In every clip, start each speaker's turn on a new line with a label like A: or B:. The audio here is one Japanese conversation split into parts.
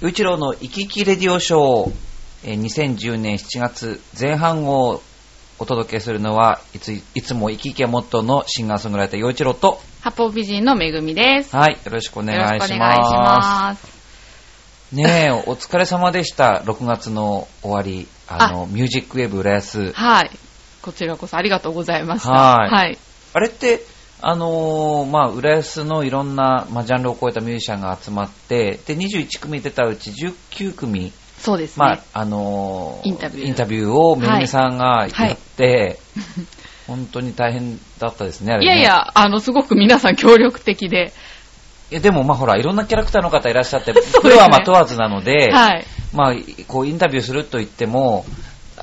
A: 雄一郎の行き来レディオショー、えー2010年7月前半をお届けするのはいつ、いつも行き来がモットーのシンガーソングライター雄一郎と、
B: 八方美人のめぐみです。
A: はい、よろしくお願いします。
B: よろしくお願いします。
A: ねえ、お疲れ様でした。6月の終わり、あの、ミュージックウェブ浦安。
B: はい。こちらこそありがとうございました。
A: はい
B: はい。
A: あれって、あのーまあ、浦安のいろんな、まあ、ジャンルを超えたミュージシャンが集まって、で、21組出たうち19組、
B: そうですね。
A: まあ、あのー
B: インタビュー
A: をめぐみさんがやって、 本当に大変だったですね、あれ
B: い
A: ね
B: やい。や、あの、すごく皆さん協力的で。
A: いやでも、まあ、ほら、いろんなキャラクターの方いらっしゃ って、
B: すね
A: プロはまあ問わずなので、
B: はい。
A: まあ、こう、インタビューすると言っても、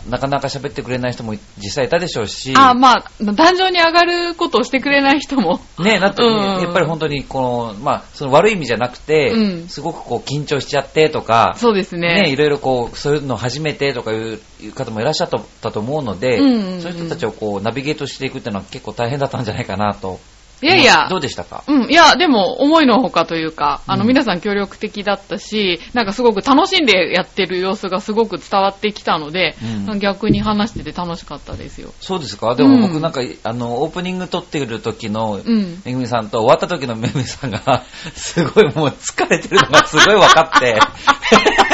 A: なかなか喋ってくれない人も実際いたでしょうし、
B: あ、まあ、壇上に上がることをしてくれない人も。
A: ね、だって、
B: うん
A: やっぱり本当に、この、まあ、その悪い意味じゃなくて、
B: うん
A: すごくこう、緊張しちゃってとか、
B: そうですね。
A: ね、いろいろこう、そういうの初めてとかいういう方もいらっしゃったと思うので、
B: うんうんうん
A: そういう人たちをこう、ナビゲートしていくっていうのは結構大変だったんじゃないかなと。
B: いやいや
A: どう。でしたか
B: うん、いや、でも、思いのほかというか、あの、
A: うん
B: 皆さん協力的だったし、なんかすごく楽しんでやってる様子がすごく伝わってきたので、
A: うん
B: 逆に話してて楽しかったですよ。
A: そうですかでも
B: う
A: 僕
B: ん
A: なんか、あの、オープニング撮ってる時の、
B: うん。
A: めぐみさんと終わった時のめぐみさんが、 すごいもう疲れてるのがすごい分かって、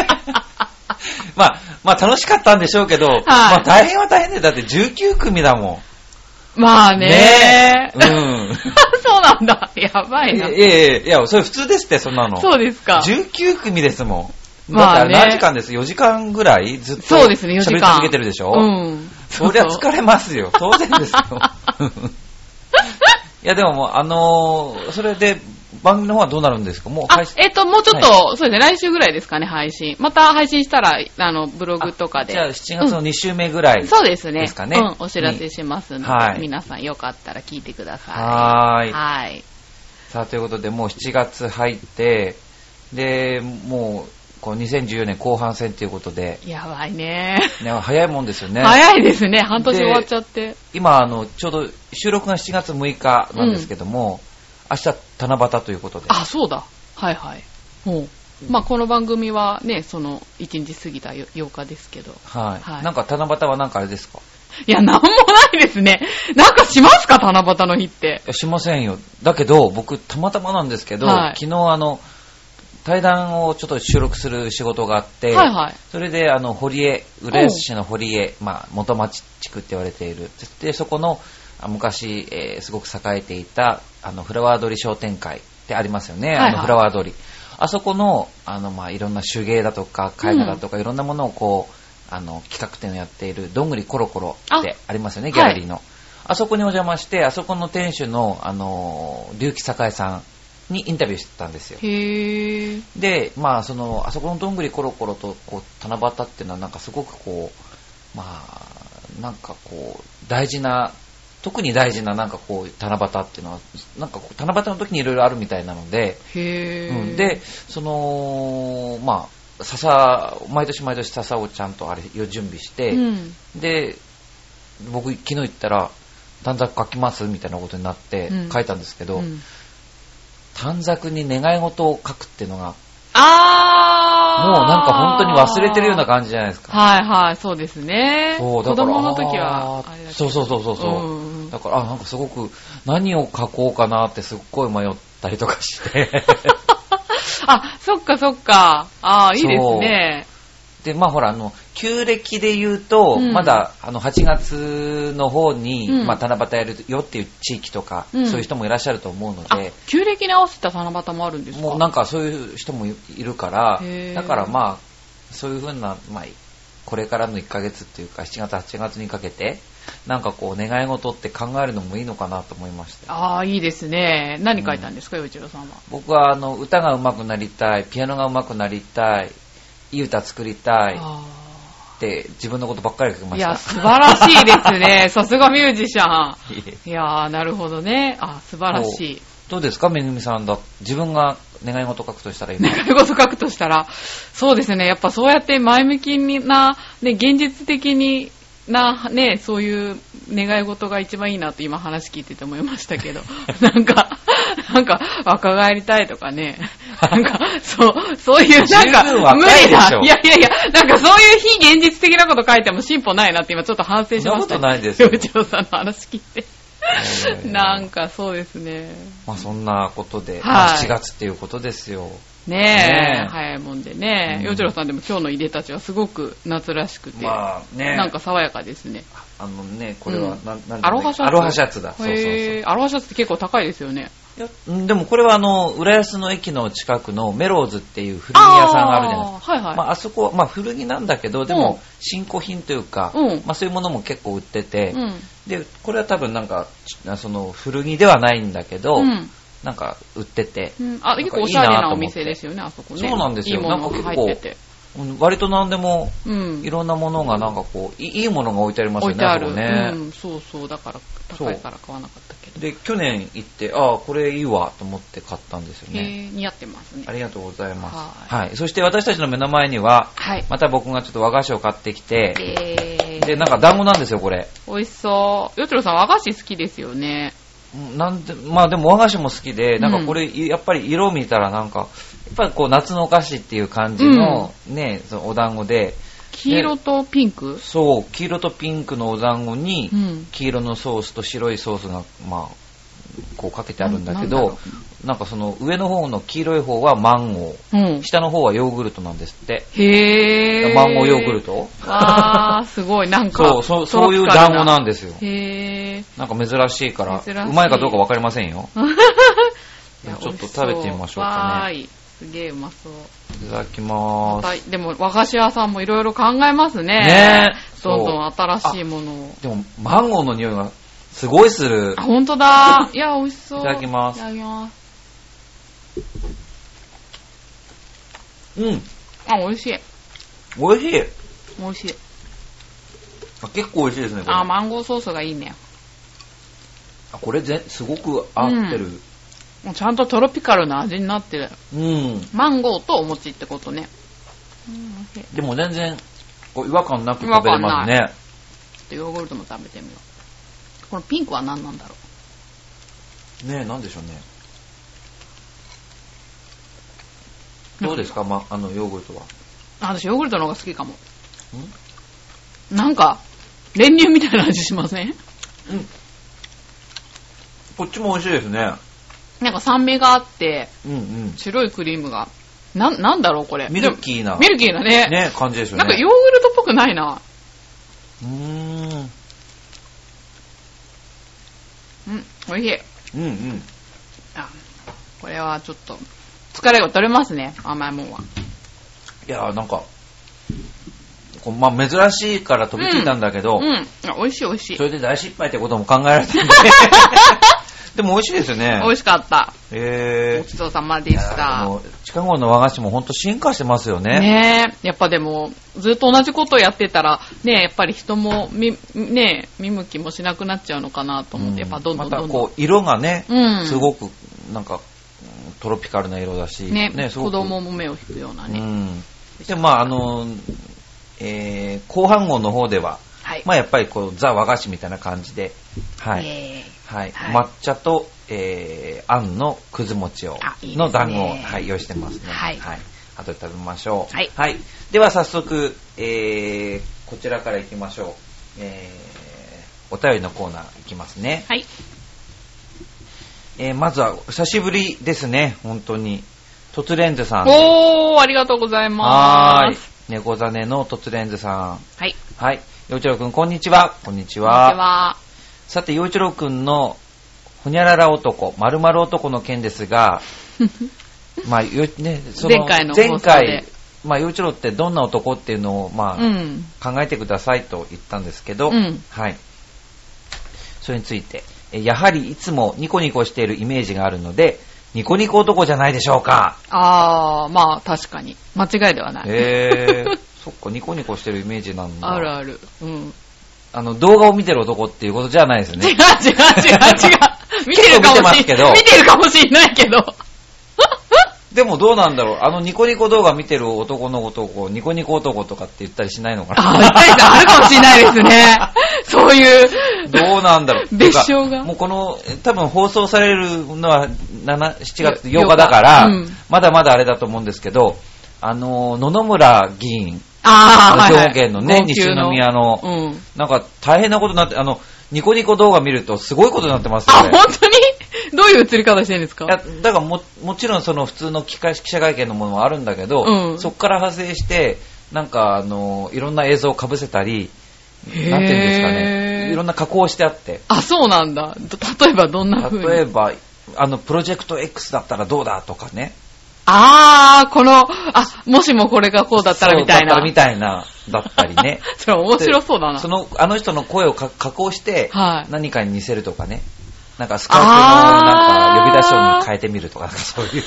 A: まあ、まあ楽しかったんでしょうけど、まあ大変は大変で、だって19組だも
B: まあ
A: ん。
B: ね
A: えうん。
B: そうなんだ。やばい
A: い
B: な
A: や。いやいや、それ普通ですって、そんなの。
B: そうですか。
A: 19組ですもん。だっ
B: ま
A: て
B: あ
A: あ
B: ね
A: れ何時間です ?4 時間ぐらいずっと
B: そうですね、4時
A: 喋り
B: 間。
A: 続けてるでしょ
B: うん。
A: そりゃ疲れます よ。当然ですよ。いや、でももう、あのーそれで番組の方はどうなるんですかもう
B: あ
A: 配信、
B: えっと、もうちょっと、そうですね、来週ぐらいですかね、配信。また配信したら、あの、ブログとかで。
A: じゃあ7月の2週目ぐらい。
B: そうですね。
A: ですかね
B: うん、お知らせしますので、
A: はい
B: 皆さんよかったら聞いてくださ。
A: はいーい。
B: はい。
A: さあ、ということで、もう7月入って、で、もう、こう2014年後半戦ということで、
B: やばいね
A: ね、早いもんですよね。
B: 早いですね、半年終わっちゃって。
A: 今、あの、ちょうど収録が7月6日なんですけども、明日七夕ということで。
B: あ、そうだ。はいはい。もう。まあ、この番組はね、その、1日過ぎた8日ですけど。
A: はい、
B: はい
A: なんか七夕はなんかあれですか
B: いや、なんもないですね。なんかしますか七夕の日って
A: い。やしませんよ。だけど、僕、たまたまなんですけど、
B: はい
A: 昨日、あの、対談をちょっと収録する仕事があって、
B: はいはい。
A: それで、あの、堀江、浦安市の堀江、まあ、元町地区って言われている。で、そこの、あ昔、えーすごく栄えていた、あの、フラワー通り商店会ってありますよね、
B: はいはい
A: あの、フラワー通り。あそこの、あの、まあ、いろんな手芸だとか、絵画だとか、いろんなものをこう、あの、企画展をやっている、どんぐりコロコロってありますよね、
B: あ
A: ギャラリーの。あそこにお邪魔して、あそこの店主の、あの、龍木栄さんにインタビューしてたんですよ。
B: へー。
A: で、まあ、その、あそこのどんぐりコロコロと、こう、七夕っていうのは、なんかすごくこう、まあ、なんかこう、大事な、特に大事な、なんかこう、七夕っていうのは、なんかこう、七夕の時にいろいろあるみたいなので、
B: へ
A: う
B: ー。
A: ん、で、その、まあ、笹、毎年毎年笹をちゃんとあれ、準備して、
B: うん、
A: で、僕、昨日行ったら、短冊書きますみたいなことになって
B: うん
A: 書いたんですけど、
B: うん
A: 短冊に願い事を書くっていうのが、
B: あー
A: もうなんか本当に忘れてるような感じじゃないですか。
B: はいはい、そうですね。
A: そう、だ
B: 子
A: から。
B: 供の時は
A: あ、ー
B: あれだけど
A: そうそうそうそうそうう。
B: んうん
A: だから、あ、なんかすごく、何を書こうかなってすっごい迷ったりとか して。
B: あ、そっかそっか。あーいいですね。
A: で、まあほら、あの、旧暦で言うと、
B: うん
A: まだ、あの、8月の方に、
B: うん
A: まあ、七夕やるよっていう地域とか、
B: うん
A: そういう人もいらっしゃると思うの
B: あ
A: で、、
B: 旧暦に合わせた七夕もあるんですか
A: もうなんかそういう人もいるから
B: へー、
A: だからまあ、そういうふうな、まあ、これからの1ヶ月っていうか、7月、8月にかけて、なんかこう、願い事って考えるのもいいのかなと思いました。
B: ああ、いいですね。何書いたんですか、洋一郎さんは。
A: 僕は、あの、歌が上手くなりたい、ピアノが上手くなりたい、いい歌作りたいっ
B: あ
A: て、自分のことばっかり書き
B: ー
A: ま
B: い
A: した。
B: や、素晴らしいですね。さすがミュージシャン。
A: いえ
B: いやー、なるほどね。あ、素晴らし い。
A: どうですか、めぐみさんだ。自分が願い事書くとしたら 今。
B: 願い事書くとしたら、そうですね。やっぱそうやって前向きな、ね、現実的にな、ね、そういう願い事が一番いいなと今話聞いてて思いました けど、なんか、なんか若返りたいとか ね、なんか、そう、そういうなん
A: 十分
B: か、無
A: 若い
B: 理
A: でし
B: だ
A: ょ。
B: いやいやいや、なんかそういう非現実的なこと書いても進歩ないなって今ちょっと反省しました。
A: そんなことない ですよ
B: 洋一郎さんの話聞いて。
A: いやいやいや
B: なんかそうですね。
A: まあそんなことで、
B: い
A: まあ7月っていうことですよ。
B: ねえ、
A: ねえ
B: 早いもんでね。
A: うん
B: 洋一郎さんでも今日のいでたちはすごく夏らしくて、
A: まあね、
B: なんか爽やかですね。
A: あのね、これは、なん、なん
B: アロハシャツ
A: アロハシャツだ。そうそうそう。
B: へえ、アロハシャツって結構高いですよね。
A: うんでもこれはあの、浦安の駅の近くのメローズっていう古着屋さんがあるじゃないです
B: すか。はいは
A: か。
B: い。
A: まあ、あそこは、まあ、古着なんだけど、で
B: うん
A: も、新古品というか、
B: うん
A: まあ、そういうものも結構売ってて、
B: うん。
A: で、これは多分なんか、ちその、古着ではないんだけど、
B: うん
A: なんか、売ってて、
B: うん。
A: なん
B: あ、
A: かいいな
B: 結構おしゃれなお店ですよね、あそこね。
A: そうなんですよ
B: いいものが入ってて。
A: うん割と何でも、
B: うん
A: い。ろんなものがなんかこう、いいいいものが置いてありますよ
B: 置
A: ね、
B: いてあ
A: あ
B: る。
A: そこね。
B: うん、そうそう。だから、高いから買わなかったけど。
A: で、去年行って、ああ、これいいわ、と思って買ったんですよ
B: へ
A: ね。
B: え、似合ってますね
A: あ。りがとうございます。
B: は
A: はい。そして私たちの目の前には、
B: はい。
A: また僕がちょっと和菓子を買ってきて、
B: え
A: で、なんか団子なんですよ、これ。
B: 美味しそう。よちろさん、和菓子好きですよね。
A: うんなんで、まあでも和菓子も好きで、なん
B: うん
A: かこれ、いやっぱり色を見たらなんか、やっぱりこう夏のお菓子っていう感じの、ね、そのお団子で、
B: 黄色とピンク
A: そう、黄色とピンクのお団子に
B: う、ん。
A: 黄色のソースと白いソースが、まあ、こうかけてあるんだけ
B: なんだろ
A: ど、なんかその上の方の黄色い方はマンゴ
B: うん
A: ー、。下の方はヨーグルトなんですって。
B: へえ。
A: マンゴーヨーグル。ト
B: あー、すごい。なんか。
A: そう、そうそういう
B: トロピカ
A: 団
B: ル
A: 子なんですよ。
B: へえ。
A: なんか珍しいから、
B: 珍しいう
A: まいかどうか分かりません よ。ちょっと食べてみましょうか
B: はー
A: ね。
B: い。すげえうまそう。
A: いただきま
B: は
A: ー
B: い。でも和菓子屋さんもいろいろ考えますね。
A: ねえ
B: どんどん新しいものを。
A: す。でも、マンゴーの匂いがすごいする
B: あ、。ほんと だ。いや、美味しそう。
A: いただきます
B: いただきます。
A: うん、
B: あ、美味しい。
A: 美味しい。
B: 美味しい。
A: あ結構美味しいですね、これ。
B: あ、マンゴーソースがいいね。
A: あこれぜ、すごく合ってる。
B: もうちゃんとトロピカルな味になってる。
A: うん。
B: マンゴーとお餅ってことね。うん、美味しい。
A: でも全然、こう違和感なく食べれますね。
B: ちょっとヨーグルトも食べてみよう。このピンクは何なんだろ
A: ねえ、なんでしょうね。
B: う。
A: どうです
B: か
A: か、ま、あの、ヨーグルトは。
B: 私ヨーグルトの方が好きかも。なんか、練乳みたいな味しません
A: こっちも美味しいですね。
B: なんか酸味があって、
A: うんうん。
B: 白いクリームが。なん、なんだろうこれ。
A: ミルキーな、
B: ミ
A: ね、
B: ルキーだね。
A: 感じですよね。
B: なんかヨーグルトっぽくないな。
A: うーん。
B: うん、美味しい。
A: うんうん。
B: あ、これはちょっと、疲れが取れますね、甘いもんは。
A: いやーなんか、こうまあ、珍しいから飛びついたんだけど、
B: うん、あ美味しい美味しい
A: そ。れで大失敗ってことも考えられてるんで。 でも美味しいですよね。
B: 美味しかった。
A: え
B: ごちそうさまで
A: ー、い
B: し
A: やーで
B: た。
A: も近頃の和菓子もほんと進化してますよね。
B: ねえ、やっぱでも、ずっと同じことをやってたら、ねえ、やっぱり人もみ、ねえ、見向きもしなくなっちゃうのかなと思って、やっぱどんどんどん
A: また
B: どん。
A: こう、色がね、
B: うん
A: すごく、なんか、うんトロピカルな色だし、
B: ね
A: すごく
B: 子供も目を引くような
A: う
B: ね。
A: ん。で、まあ、あの、えー、後半号の方では、
B: はい。
A: まあ、やっぱりこう、ザ和菓子みたいな感じで、はい。
B: え
A: はい、
B: はい
A: 抹茶と、えー、あんのくず餅を
B: あいいですね
A: の団子をはい、用意してますね。
B: はい
A: あとで食べましょう。
B: はい
A: では早速、えー、こちらから行きましょう。えー、お便りのコーナー行きますね。
B: ーはい。
A: えー、まずは、久しぶりですね、本当に。とつれんずさんです。
B: おー、ありがとうござい
A: は
B: ま
A: ーい
B: す。。
A: 猫ザネのとつれんずさん。
B: はい。
A: はい。よいちろうくん、こんにちは。こんにち
B: こんにちは。
A: さて、陽一郎くんの、ほにゃらら男、まるまる男の件ですが、まあ、よね、その
B: 前回の放
A: 前
B: 送で
A: 回、まあ、陽一郎ってどんな男っていうのを、まあ、
B: うん。
A: 考えてくださいと言ったんですけど、
B: うん
A: はい。それについて、えやはりいつもニコニコしているイメージがあるので、ニコニコ男じゃないでしょうか。
B: あー、まあ確かに。間違いではない。
A: へー、そっか、ニコニコしてるイメージなんだ。
B: あるある。うん。違う違
A: あ
B: う違う違う。
A: の、動画を見てる男っていうことじゃないですね。
B: 見てるかもし
A: 結構見てますけど
B: 見てるかもしれないけど。
A: でもどうなんだろうあのニコニコ動画見てる男のことをこうニコニコ男とかって言ったりしないのか
B: あ、
A: な
B: 言ったりあるかもしれないですね。 そういう。
A: どうなんだろう
B: 別称が
A: もうこの、多分放送されるのは7 7月8日だから、
B: うん
A: まだまだあれだと思うんですけど、あの、野々村議員、
B: ああ、はい、はい。
A: 兵庫県のね
B: 号泣
A: 西宮の
B: うん。
A: なんか大変なことになって、あの、ニコニコ動画見るとすごいことになってます
B: あ、
A: よね
B: 本。当にどういう映り方してるんですか
A: いやだからももちろんその普通の記者記者会見のものもあるんだけど、
B: うん
A: そこから派生してなんかあのいろんな映像をかぶせたりなんて
B: へ
A: い
B: ー
A: うんですかねいろんな加工をしてあって
B: あ、そうなんだ。ど例えばどんな風に
A: 例えばあのプロジェクト X だったらどうだとかね
B: ああ、この、あ、もしもこれがこうだったらみたいな。
A: そうだったらみたいなだったりね
B: それ 面白そうだな
A: そ。のあの人の声をか加工して
B: はい
A: 何かに似せるとかねなんかスカイプのなんか呼び出し音に変えてみるとかなんかそういう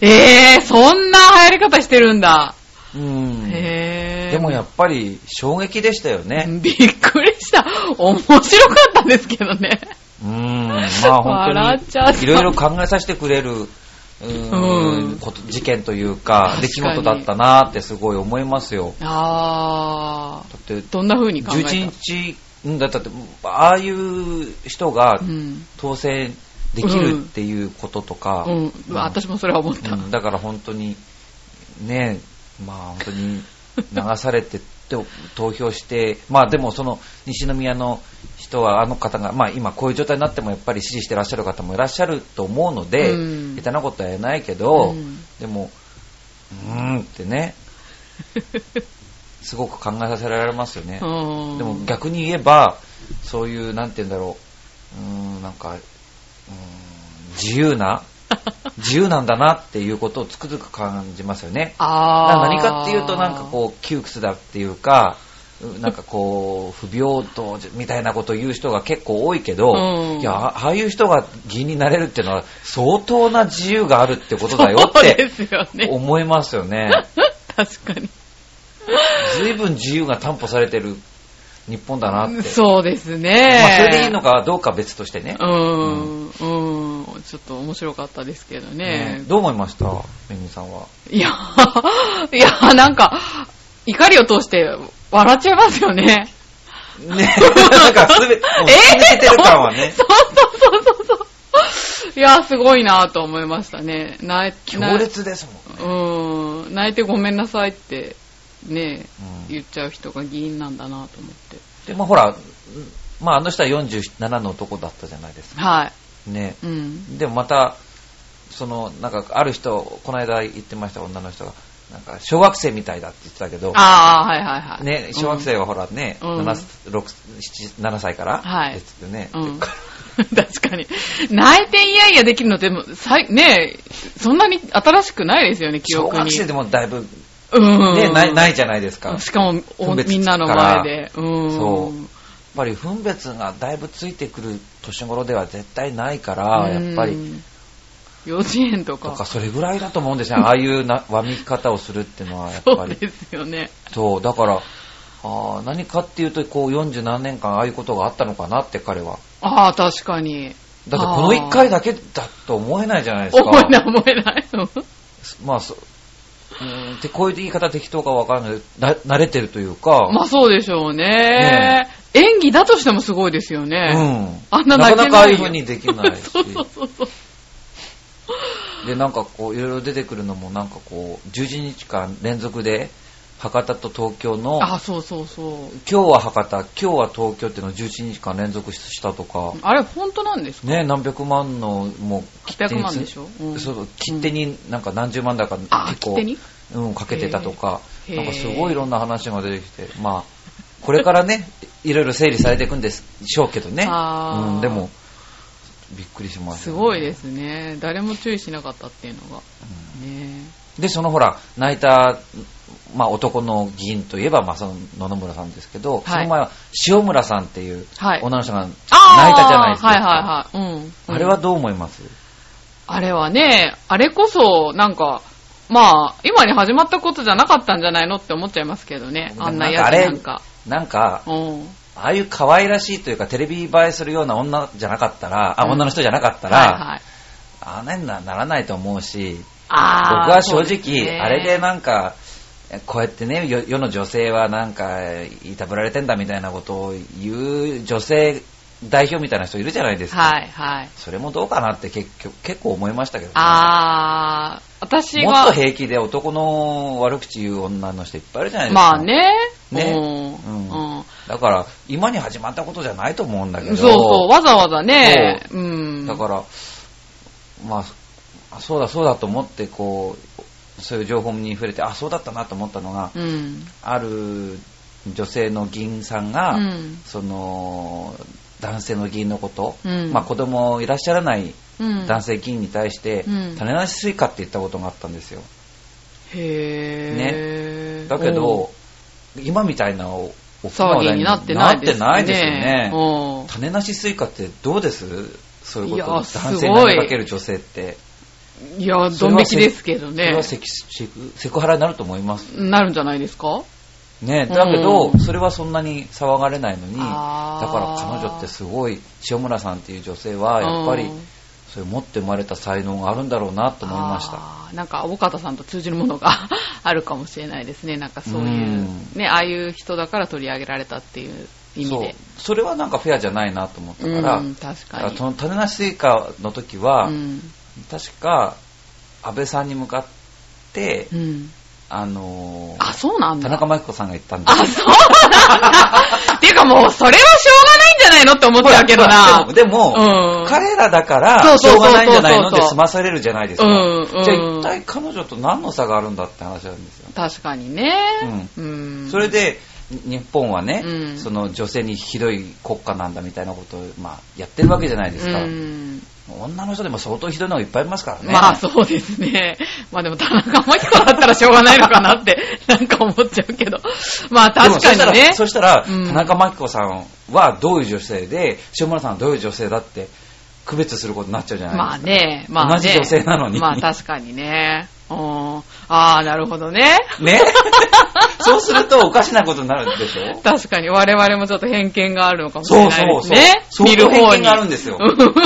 B: ええー、そんな流行り方してるんだ。
A: うん
B: へえ。
A: でもやっぱり衝撃でしたよね、
B: びっくりした。面白かったんですけどね。
A: うーん、まあ
B: 笑
A: 本
B: っちゃ
A: 当
B: った
A: に、いろいろ考えさせてくれる、うーん
B: うん
A: こと事件というか
B: 確か、に
A: 出来事だったなってすごい思いますよ。
B: あ
A: だ
B: あ。
A: って、
B: どんな風に考えた
A: 11日、うんだって、ああいう人が
B: うん。
A: 当選できるっていうこととか、
B: うん。まあ私もそれは思った。
A: うんだから本当に、ね、まあ本当に流されて、でも投票して、まあでもその西宮の人は、あの方が、まあ今こういう状態になってもやっぱり支持してらっしゃる方もいらっしゃると思うので、
B: うん
A: 下手なことは言えないけど、
B: うん
A: でも、うーんってね、すごく考えさせられますよね。
B: うん。
A: でも逆に言えば、そういう、なんて言うんだろう、うーん、なんか、うーん自由な、自由なんだなっていうことをつくづく感じますよね。だから
B: ああ。
A: 何かっていうと、なんかこう、窮屈だっていうか、うなんかこう、不平等じみたいなことを言う人が結構多いけど、
B: うん
A: いや、あああいう人が議員になれるっていうのは、相当な自由があるってことだよっ
B: そうで
A: て
B: すよね。
A: 思いますよね。
B: 確かに。
A: 随分自由が担保されてる日本だなって。
B: そうですね。
A: まあ、それでいいのかどうかは別としてね。
B: うん、うん、ちょっと面白かったですけどね。
A: どう思いましためぐみさん は。
B: いや、いや、なんか、怒りを通して笑っちゃいますよね。
A: ね、なんかすべ、もう信じてる感はね、
B: そうそうそうそうそう。いや、すごいなと思いましたね。泣い
A: 強烈ですもん。
B: 泣いうん、泣いてごめんなさいって、ね、
A: うん
B: 言っちゃう人が議員なんだなと思って。
A: でもほら、まああの人は47の男だったじゃないですか。
B: は
A: ね。
B: い。うん。
A: でもまた、その、なんかある人、この間言ってました女の人が、なんか小学生みたいだって言ってたけど、
B: ああ、はいはいはい。
A: ね、小学生はほらね、
B: うん
A: 7, 6 7歳から、
B: はい
A: ですってね、
B: うん
A: で
B: 確かに。泣いてイヤイヤできるのでも、さいねえ、そんなに新しくないですよね、記
A: 小
B: 憶
A: 学
B: に。
A: 生でもだいぶ、ね、
B: うん。
A: ないないじゃないですか。
B: しかも、お
A: 分別つく
B: みんなの前で。うん。
A: そうやっぱり分別がだいぶついてくる年頃では絶対ないから、
B: うん
A: やっぱり、。
B: 幼稚園と
A: と
B: か。
A: かそれぐらいだと思うんですよね、ああいうなわめき方をするっていうのは、やっ
B: そ
A: ぱ
B: う
A: り。
B: ですよね。
A: そう、だから、あー何かっていうと、こう、40何年間ああいうことがあったのかなって彼は。
B: ああ、確かに。
A: だってこの1回だけだと思えないじゃないですか。
B: 思えない、思えない。
A: まあ、そう。うーんてこういう言い方適当かわからないけど、な慣れてるというか、
B: まあ、そうでしょうね
A: ね。
B: 演技だとしてもすごいですよね。
A: うん。
B: あんな
A: な
B: 泣
A: かな
B: けない
A: かああいう風にできないし。
B: そうそうそうそう。
A: で、なんかこう、いろいろ出てくるのも、なんかこう、11日間連続で、博多と東京の、
B: あ、そうそうそう。
A: 今日は博多、今日は東京っていうのを11日間連続したとか、
B: あれ、本当なんですか
A: ね、何百万の、もう、
B: 800万でしょうん
A: そうそう、切手になんか何十万だか、
B: あ
A: 結構
B: 切手に
A: うん、かけてたとか、
B: へー
A: なんかすごいいろんな話が出てきて、まあ、これからね、 いろいろ整理されていくんでしょうけどね、
B: あー
A: うん、でも、びっくりしますす、
B: ごいですね。誰も注意しなかったっていうのが。ね
A: で、そのほら、泣いた、まあ、男の議員といえば、まあ、その野々村さんですけど、
B: い
A: その前は塩村さんっていう
B: はい
A: 女の人が泣い
B: ああ
A: たじゃないですか。
B: はいはいはい。うん。
A: あれはどう思います、
B: あれはね、あれこそ、なんか、まあ、今に始まったことじゃなかったんじゃないのって思っちゃいますけどね。あんなやつなんか。
A: なんか、
B: うん。
A: ああいう可愛らしいというか、テレビ映えするような女じゃなかったら、あ、
B: うん
A: 女の人じゃなかったら、
B: はいはい。
A: ああなにならないと思うし、僕
B: あ
A: は正
B: ーそうす
A: 直、
B: ね
A: あれでなんか、こうやってね、よ世の女性はなんか、いたぶられてんだみたいなことを言う女性代表みたいな人いるじゃないですか。
B: はいはい。
A: それもどうかなって結局結構思いましたけどね、
B: あー、私
A: もっと
B: が、
A: 平気で男の悪口言う女の人いっぱいいるじゃないですか。
B: まあね、
A: ね
B: う
A: うん
B: んうん
A: だから、今に始まったことじゃないと思うんだけど。
B: そうそう、わざわざね、うん。
A: だから、まああ、そうだそうだと思って、こう、そういう情報に触れて、あ、そうだったなと思ったのが、
B: うん。
A: ある女性の議員さんが、
B: うん
A: その、男性の議員のこと、
B: うん
A: まあ子供いらっしゃらない
B: うん。
A: 男性議員に対して、
B: うん
A: 種なしスイカって言ったことがあったんですよ。
B: へー。
A: だけ
B: お
A: ど、今みたいなお大き
B: 騒ぎになってないですね。
A: なってないですよね。
B: うん
A: 種なしスイカってどうですそういうこと
B: いや
A: 男
B: すごい
A: 性に投げかける女性って。
B: いや、ドン引きですけど
A: それ
B: ね
A: は。セクセクセクハラになると思います。
B: なるんじゃないですか
A: ね、だけ
B: う
A: ど、
B: ん
A: それはそんなに騒がれないのに、だか
B: あー
A: ら彼女ってすごい、塩村さんっていう女性は、やっぱり、それ持って生まれた才能があるんだろうなと思いました。
B: あーなんか、尾形さんと通じるものが あるかもしれないですね。なんかそういう、
A: う
B: ね、ああいう人だから取り上げられたっていう意味
A: そう
B: で。。
A: それはなんかフェアじゃないなと思ったか
B: う
A: ら、
B: ん、確
A: だ
B: か
A: から
B: に。
A: その種なしスイカの時は、
B: うん。
A: 確か、安倍さんに向かって、
B: うん。
A: あのー
B: あ、そうなん
A: 田
B: だ。
A: 中真紀子さんが言ったんです
B: あ、そうなんだ。っていうかもう、それはしょうがないんじゃないのって思っちゃうけどな。
A: でも、でも
B: うん
A: 彼らだか
B: そ
A: ら、
B: う
A: し
B: そう
A: ょ
B: そううそう
A: がないんじゃないので済まされるじゃないですか。
B: うんうん
A: じゃあ一体彼女と何の差があるんだって話なんですよ。
B: 確かにね。うん。
A: それで、に日本はね、
B: うん
A: その女性にひどい国家なんだみたいなことを、まあ、やってるわけじゃないですか。
B: うん
A: 女の人でも相当ひどいのがいっぱいいますからね。
B: まあそうですね。まあでも田中真紀子だったらしょうがないのかなって、なんか思っちゃうけど。まあ
A: でも
B: 確かにね。
A: そしたら、そしたら
B: うん
A: 田中真紀子さんはどういう女性で、塩村さんはどういう女性だって、区別することになっちゃうじゃないですか。
B: まあね、まあね。
A: 同じ女性なのに
B: まあ確かにね。うん。ああ、なるほどね。
A: ね そうするとおかしなことになるでしょ
B: 確かに我々もちょっと偏見があるのかもしれないですね。
A: そうそうそう
B: 見る
A: 相当
B: 方
A: 偏見
B: に。
A: があるんですよ
B: うん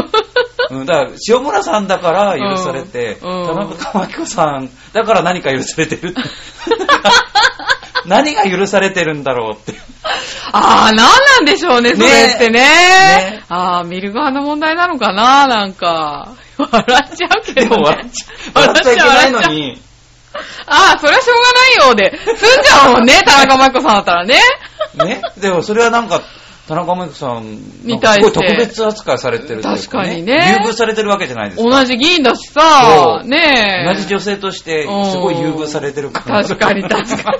A: うん、だから、塩村さんだから許されて、
B: うんうん
A: 田中真紀子さんだから何か許されて る。何が許されてるんだろうって。
B: ああ、なんなんでしょうね、それってね。
A: ね
B: ああ、見る側の問題なのかな、なんか。笑っちゃうけど、
A: で
B: ね。
A: も笑っちゃ笑っちゃいけないのに、
B: ああ、それはしょうがないようで、済んじゃうもんね、田中真紀子さんだったらね。
A: ね。でもそれはなんか、田中真紀子さんなん
B: に対して
A: かすごい特別扱いされてるという
B: 確かにね
A: 優遇されてるわけじゃないですか。
B: 同じ議員だし
A: そ
B: さ、
A: う
B: ねえ。
A: 同じ女性として、すごい優遇されてるから。
B: 確かに、 確かに。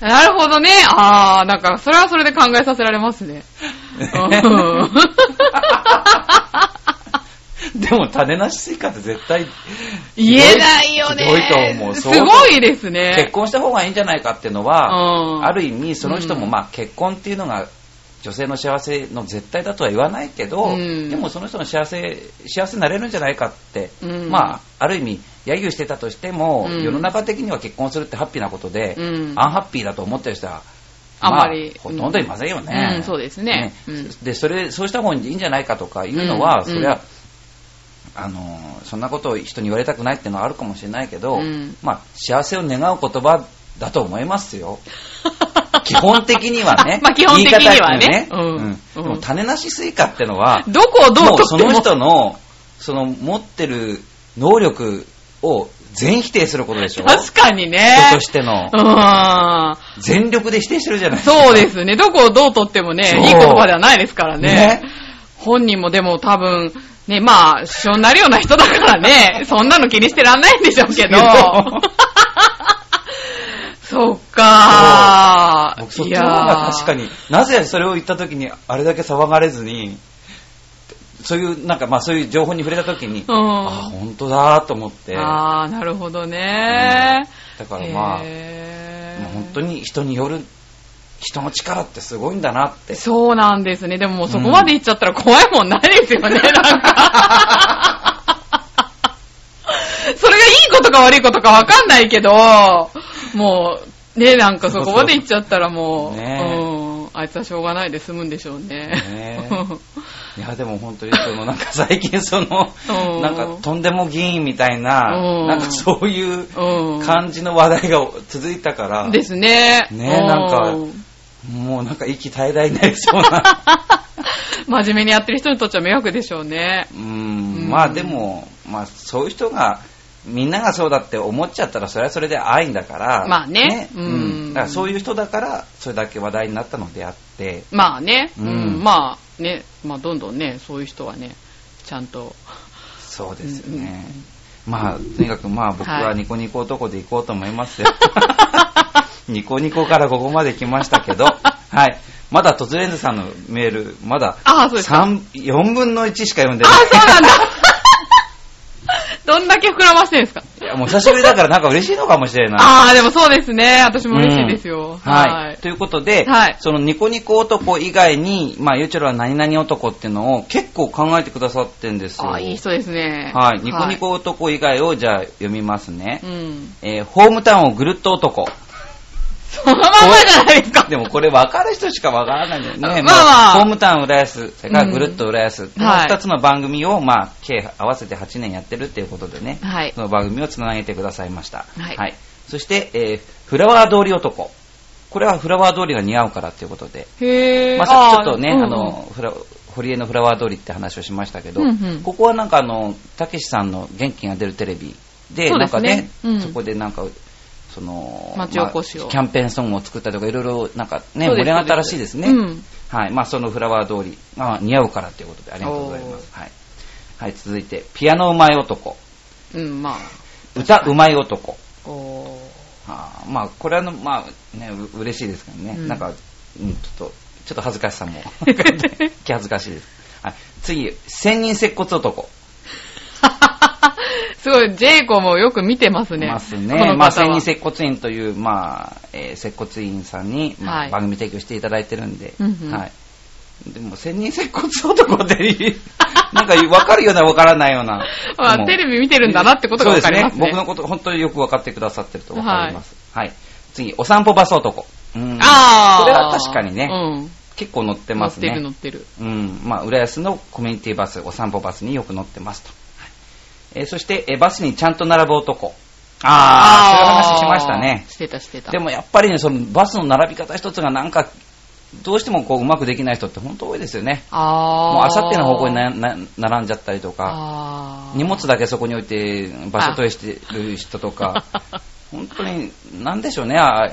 B: なるほどね。ああ、なんか、それはそれで考えさせられますね。 うん
A: でも種なしスイカって絶対
B: 言えないよね。
A: ひどいと思う
B: す
A: 相当
B: ごいですね。
A: 結婚した方がいいんじゃないかっていうのは、
B: うん
A: ある意味その人も
B: うん
A: まあ結婚っていうのが女性の幸せの絶対だとは言わないけど、
B: うん
A: でもその人の幸せ幸せになれるんじゃないかって、
B: うん
A: まあある意味揶揄してたとしても、
B: うん
A: 世の中的には結婚するってハッピーなことで、
B: うん
A: アンハッピーだと思ってる人は
B: あんまり
A: あほとんどいませんよね。
B: うんそうですねうん
A: でそれそうした方がいいんじゃないかとかいうのは、
B: う
A: そ
B: ん
A: れはあのーそんなことを人に言われたくないっていうのはあるかもしれないけど、
B: うん
A: まあ、幸せを願う言葉だと思います
B: 。
A: よ。基本的にはね
B: まあ基本的にはね
A: 言い方にはね
B: う
A: で
B: ん
A: も種なしスイカってのは、
B: どこをどう
A: もう
B: 取
A: そ
B: っても
A: の人の、その持ってる能力を全否定することでしょ
B: 確かにね。
A: 人としての
B: う。ーん。
A: 全力で否定してるじゃないですか。
B: そうですね。どこをどう取ってもね、
A: そう
B: いい言葉ではないですからね
A: ね。
B: 本人もでも多分、ね、まあ、主張になるような人だか らね、そんなの気にしてらんないんでしょうけど。 そっかー
A: 僕そっちの方が確か。
B: いや
A: に、なぜそれを言った時にあれだけ騒がれずに、そういう、なんかまあそういう情報に触れた時に、
B: ーうん。
A: あ、本当だと思って、だ
B: あーなるほどね。
A: からまあ、
B: へー
A: もう本当に人による、人の力ってすごいんだなって。
B: そうなんですね。でももうそこまで行っちゃったら怖いもんないですよね、なんか。それがいいことか悪いことかわかんないけど、もう、ね、なんかそこまで行っちゃったらもう、
A: そうそう
B: うん、あいつはしょうがないで済むんでしょうね。
A: ねいやでも本当にそのなんか最近その
B: うん
A: なんかとんでも議員みたいな
B: うん
A: なんかそういう
B: うん
A: 感じの話題が続いたから
B: ですね。
A: ねなんか
B: うん
A: もうなんか息絶え絶えになりそうな
B: 真面目にやってる人にとっちゃ迷惑でしょうね。
A: うんまあでもまあそういう人がみんながそうだって思っちゃったらそれはそれで愛んだから
B: まあね
A: う
B: うん
A: んだからそういう人だからそれだけ話題になったのであって
B: まあね、
A: うん
B: うんまあね、まあどんどんね、そういう人はね、ちゃんと、
A: そうですよね、まあとにかくまあ僕ははいニコニコ男で行こうと思います よ、ニコニコからここまで来ましたけどはいまだ突然ずさんのメールまだ
B: ああ、そうですか。あ
A: 三4分の1しか読んで
B: あ、
A: ない
B: そうなんだ。どんだけ膨らましてるんですか。
A: いやもう久しぶりだからなんか嬉しいのかもしれない
B: ああ、でもそうですね。私も嬉しいですよ。
A: うんはい。ということで、
B: はい
A: そのニコニコ男以外に、まあ、ゆうちょろは何々男っていうのを結構考えてくださってんですよ。
B: ああ、いい人ですね。
A: はい。ニコニコ男以外をじゃあ読みますね。
B: うん。
A: えーホームタウンをぐるっと男。
B: そのまんまじゃないですか。
A: でもこれ 分かる人しか分からないんだよね。
B: まあまあ
A: もうホームタウン浦安、それからぐるっと浦安。この
B: はい
A: 2つの番組を、まあ、計合わせて8年やってるっていうことでね。
B: はい
A: そ。の番組をつなげてくださいました。
B: はい
A: そして、えーフラワー通り男。これはフラワー通りが似合うからっていうことで。
B: へえ。
A: まあ、さっきちょっとね、
B: ー
A: あ、の、フラ堀江のフラワー通りって話をしましたけど、
B: うんうん
A: ここはなんかあの、たけしさんの元気が出るテレビで、
B: そう
A: な
B: で
A: んか
B: すね
A: ね、
B: うん
A: そこでなんか、その、
B: 町おこしを
A: まあキャンペーンソングを作ったりとか、いろいろなんかね、
B: そ
A: 盛り
B: うです
A: 上がったらしいですね。
B: うん
A: はい。まあ、そのフラワー通りが似合うからっていうことで、ありがとうございます。はい。はい、続いて、ピアノうまい男、
B: うんうん、まあ、
A: 歌うまい男。
B: こ
A: あーまあ、これはの、まあ、ね、う嬉しいですけどね。
B: うん
A: なんか、うん、ちょっと、ちょっと恥ずかしさ も。
B: う。
A: 気恥ずかしいです。はい、次、千人接骨男。
B: すごい、ジェイコもよく見てますね。
A: ます
B: この方
A: ね。
B: は
A: まあ、千人接骨院という、まあ、えー接骨院さんに、まあ
B: はい
A: 番組提供していただいてるんで、
B: うんうん
A: はい。でも、千人接骨男っていい、なんか分かるような分からないような。
B: まあ
A: もう
B: テレビ見てるんだなってことが分かりますね
A: そうで僕のこと、本当によく分かってくださってると分かります。はい。次、お散歩バス男。うん
B: ああ。
A: これは確かにね、
B: うん。
A: 結構乗って
B: 乗
A: ま
B: っ
A: す
B: て
A: ね。
B: る乗ってる。
A: うん、まあ、浦安のコミュニティバス、お散歩バスによく乗ってますと。はいえーそして、えーバスにちゃんと並ぶ男。ああ、そういう話しましたね
B: あー。してたしてた。
A: でもやっぱりね、そのバスの並び方一つがなんか、どうしてもこううまくできない人って本当多いですよね。
B: ああ。
A: もうあさっての方向に
B: い。
A: なな並んじゃったりとか、
B: ああ。
A: 荷物だけそこに置いて場所取りしてる人と か、本当になんでしょうね、あ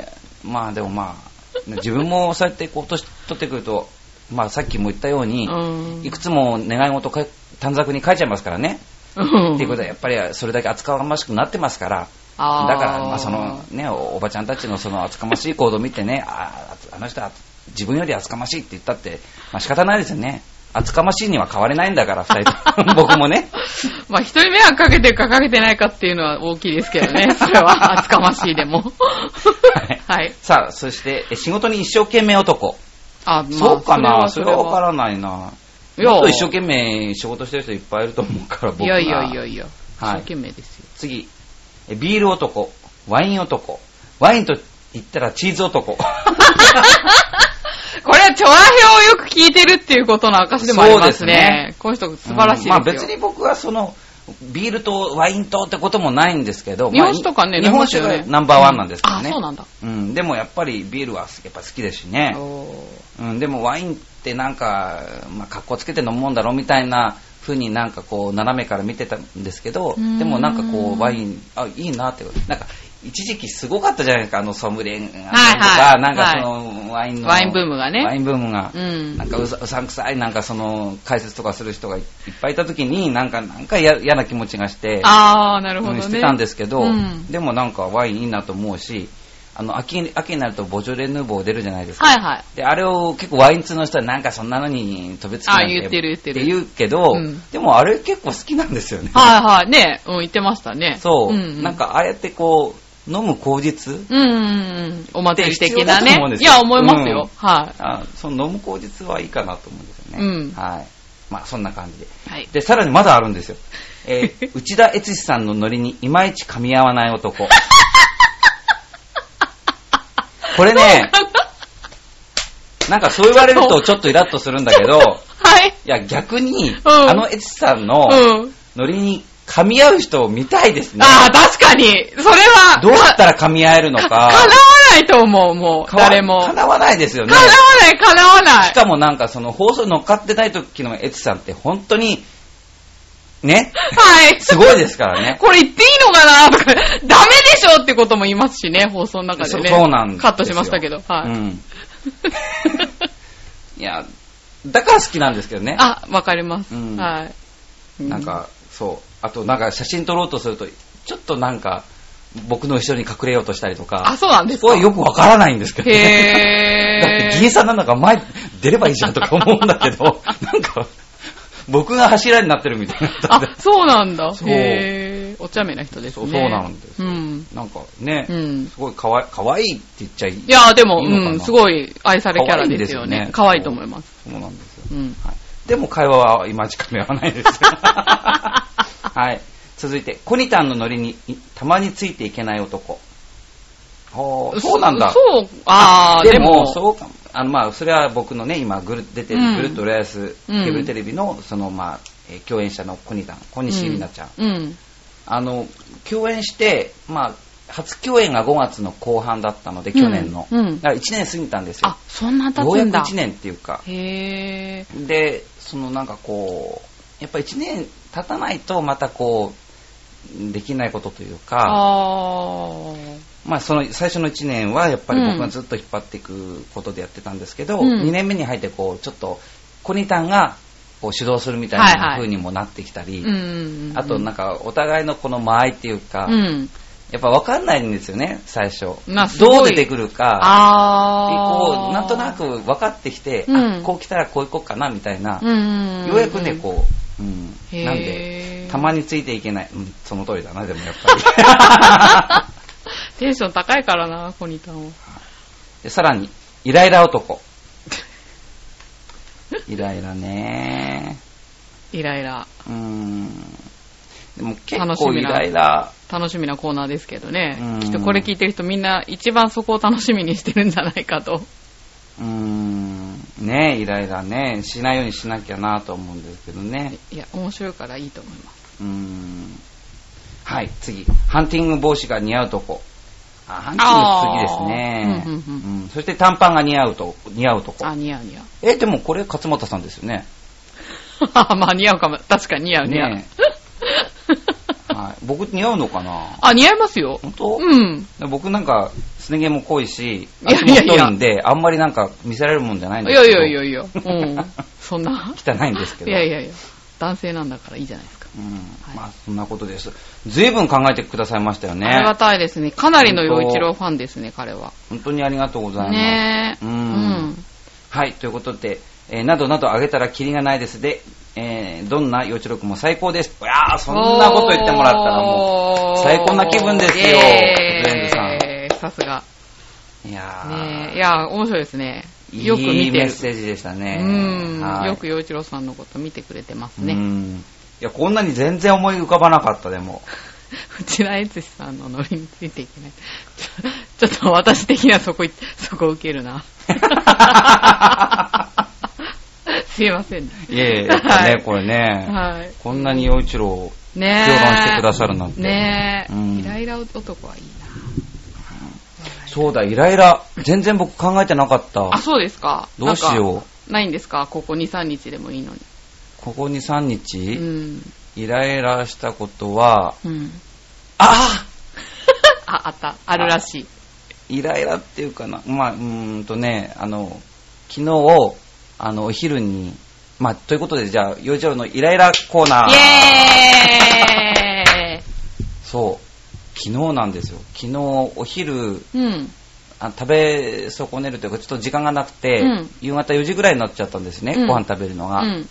A: まあでもまあ、自分もそうやってこう年取ってくると、まあさっきも言ったように、
B: うん。
A: いくつも願い事か短冊に書いちゃいますからね。
B: うん
A: っていうことはやっぱりそれだけ厚かましくなってますから。
B: あー
A: だから、まあそのね、おおばちゃんたちのその厚かましい行動を見てね、あーあの人は自分より厚かましいって言ったって、まあ仕方ないですよね。厚かましいには変われないんだから、二人 と。僕もね。
B: まあ、一人目はかけてるかかけてないかっていうのは大きいですけ どね。それは厚かましいでも。はい。
A: さあ、そして、え仕事に一生懸命男。
B: あ、まあ、
A: そうかなそれは
B: は
A: 分からないな。
B: いや
A: もっと一生懸命仕事してる人いっぱいいると思うから、僕
B: い
A: は
B: やいやいやいや。一
A: はい
B: 生懸命ですよ。
A: 次、えビール男、ワイン男、ワインと言ったらチーズ男。
B: これは調和表をよく聞いてるっていうことの証でもありますね。この人 素晴らしいですよ。
A: まあ別に僕はその、ビールとワインとってこともないんですけど、
B: 日本酒とかね
A: まあ日本酒
B: 飲みま
A: が
B: すよね
A: ナンバーワンなんですけどね。
B: うんあそうなんだ。
A: うん、でもやっぱりビールはやっぱ好きですしね。
B: おー
A: うん、でもワインってなんか、まあ、格好つけて飲むもんだろみたいな風になんかこう斜めから見てたんですけど
B: ん
A: でもなんかこうワインあいいなってなんか一時期すごかったじゃないですかあのソムリエがとか、
B: はいはい
A: なんかそのワインの
B: ワインブームがね
A: ワインブームが、
B: うん
A: なんかうさうさんくさいなんかその解説とかする人がいっぱいいた時になんかなんか嫌嫌な気持ちがして
B: ああ、なるほど
A: うん
B: ね。
A: してたんですけど、
B: うん
A: でもなんかワインいいなと思うしあの秋秋になるとボジョレ・ヌーボー出るじゃないですか、
B: はいはい。
A: で、あれを結構ワイン通の人はなんかそんなのに飛びつきなん
B: あ言ってる言ってる
A: 言うけど、
B: うん
A: でもあれ結構好きなんですよね。
B: はいはい。ね、うん、言ってましたね。
A: そう、
B: んん
A: なん、かああやってこう、飲む口実、
B: うんうんうん。お祭り的
A: って必要だ
B: な
A: と
B: ね
A: 思うんで。
B: い
A: すよ
B: や、思いますよ。
A: うん
B: は
A: あその飲む口実はいいかなと思うんですよね。
B: うん
A: はい。まあそんな感じで。
B: い。はい。
A: で、さらにまだあるんですよ。え ー内田悦司さんのノリにいまいち噛み合わない男。これね、なんかそう言われるとちょっとイラッとするんだけど、
B: ははい。
A: いや、逆に、
B: ん
A: あのエチさんの
B: うん。
A: ノリに噛み合う人を見たいですね。
B: ああ、確かに。それ は、
A: どうやった
B: ら
A: ら噛み合えるのか。
B: 叶わないと思う、もう、
A: かわ
B: 誰も。叶わ
A: 叶わないですよね。
B: ない、叶わな
A: し
B: い。
A: かもなんかその放送に乗っかってない時のエチさんって本当に、 ね、
B: はい。
A: すごいですからね。
B: これ言っていいのかなとか、ダメでしょってことも言いますし ね、放送の中でね。
A: そそうなんですよ
B: カットしましたけど。はい。
A: うん。いや、だから好きなんですけどね。
B: あ、わかります。
A: うん
B: はい。
A: なんか、そう。あとなんか写真撮ろうとすると、ちょっとなんか、僕の後ろに隠れようとしたりと
B: うん、あ、
A: か、
B: そうなんです
A: そこ
B: か。
A: はよくわからないんですけどね。 だって
B: へ
A: 議員
B: ー。
A: さんなんだから前出ればいいじゃんとか思うんだけど、なんか、僕が柱になってるみたいになったん
B: あ、
A: で
B: そうなんだ。
A: そう
B: へー。お茶目な人です
A: そう
B: ね。
A: そうなんですよ
B: うん。
A: なんかね、
B: うん
A: すごいかわいかわいいって言っちゃいい
B: いや、でも、
A: いいのかな
B: うん、すごい愛されキャラですよね。可愛いと思います。。
A: そうなんですよ。
B: うん。
A: はい、でも会話はいまいち噛み合わない ですよ。はい。続いて、コニタンのノリにいたまについていけない男。ほうそうなんだ。
B: そう、あー、
A: で
B: で
A: も、
B: も、
A: そうかも。あの、まあ、それは僕のね、今、ぐる、出て
B: う
A: る、
B: ん
A: ぐるっと浦安ケーブルテレビの、その、まあ、えー共演者のコニタン、小西里奈ちゃん。
B: うん。
A: あの、共演して、まあ、初共演が5月の後半だったので、去年の。
B: うんうん
A: だから1年過ぎたんですよ
B: あ。、そんな経
A: よう
B: つ
A: やく
B: んだ。
A: 1年っていうか。
B: へー。
A: で、そのなんかこう、やっぱ1年経たないと、またこう、できないことというか、
B: あー。
A: まあその最初の1年はやっぱり
B: うん
A: 僕がずっと引っ張っていくことでやってたんですけど、
B: うん
A: 2年目に入ってこう、ちょっと、コニタンがこう主導するみたい
B: はいは
A: ない風にもなってきたり、
B: うん。
A: あとなん
B: か、
A: かお互いのこの間合いっていうか、
B: うん。
A: やっぱ分かんないんですよね、最初。
B: まあす
A: ど
B: ご
A: う
B: い
A: 出てくるか、
B: あー。
A: こうなんとなく分かってきて、
B: うん
A: あこう来たらこう行こうかなみたいな、
B: うんうんうん、
A: ようやくね、こう、うん、
B: へー
A: なんで、たまについていけない、うん、その通りだな、でもやっ ぱり。
B: テンション高いからな、コニタンは。
A: でさらに、イライラ男。イライラね
B: イライラ。
A: うん。でも結
B: 楽し
A: 構
B: み
A: イ
B: な
A: ライラ、
B: 楽しみなコーナーですけど
A: うん
B: ね。きっとこれ聞いてる人みんな一番そこを楽しみにしてるんじゃないかと。
A: うん、ねイライラね、しないようにしなきゃなと思うんですけどね。
B: いや、面白いからいいと思います。
A: うん。はい、次。ハンティング帽子が似合うとこ。あ、ハンティング次ですね。
B: あーうんうん
A: うんそして短パンが似合うと、似合うとこ。
B: あ、似合う似合う。
A: え、でもこれ勝俣さんですよ ね。
B: まあ似合うか も。確かに似合う似合う。
A: ねえはい、僕似合うのかな
B: あ、似合いますよ。
A: 本当、
B: うん。
A: 僕なんか、すね毛も濃いし、
B: いや
A: 足も
B: いやいや
A: 太いんで、あんまりなんか見せられるもんじゃないん
B: い
A: です
B: や
A: け
B: い
A: ど。
B: やいやいや。うん。そんな。
A: 汚いんですけ
B: い
A: ど。
B: やいやいや。男性なんだからいいじゃないですか。
A: うん
B: はい
A: まあそんなことです。随分考えてくださいましたよ
B: ありが
A: ね。
B: たいですね。かなりの陽一郎ファンですね、彼は。
A: 本当にありがとうございます。
B: ねえ。
A: う
B: うんん。
A: はい、ということで、えーなどなどあげたらキリがないですで、えーどんな予知録も最高です。いやー、そんなこと言ってもらったらも
B: も
A: 最高な気分ですよトレンド
B: さん。さすが。
A: う、いやー、
B: ねえいや、面白いですね。よく
A: いい
B: 見て
A: メッ
B: る。
A: セージでしたね。
B: うん。
A: はい
B: よく陽一郎さんのこと見てくれてます
A: う
B: ね。
A: んいや、こんなに全然思い浮かばなかった、でも。
B: 内田悦司さんのノリについていけない。ちょちょっと私的にはそこい、そこ受けるな。すいませんね。
A: いえい え、やっぱ
B: は
A: ね、
B: い
A: これね、
B: はい。
A: こんなに陽一郎、
B: ね
A: 評
B: え。
A: 論してくださるなんて
B: ねえ。
A: うん
B: イライラ男はいい
A: そうだ、イライラ、全然僕考えてなかっ
B: な。あ、
A: た。
B: そうですか。
A: どうし
B: なん
A: よ
B: か
A: う。
B: ないんですかここ2、3日でもいいのに。
A: ここ2、3日、
B: うん。
A: イライラしたことは、
B: うん。
A: あ
B: あ、あった。あるらしい。
A: イライラっていうかな、まあ、うーんとね、あの、昨日、あの、お昼に、まあ、ということで、じゃあ、洋一郎のイライラコーナー。
B: イエ
A: そう、昨日なんですよ。昨日、お昼、
B: ーイうん。
A: あ食べ損ねるというか、ちょっと時間がなくて、
B: うん
A: 夕方4時ぐらいになっちゃったんですね、
B: うん
A: ご飯食べるの
B: う
A: が、
B: ん。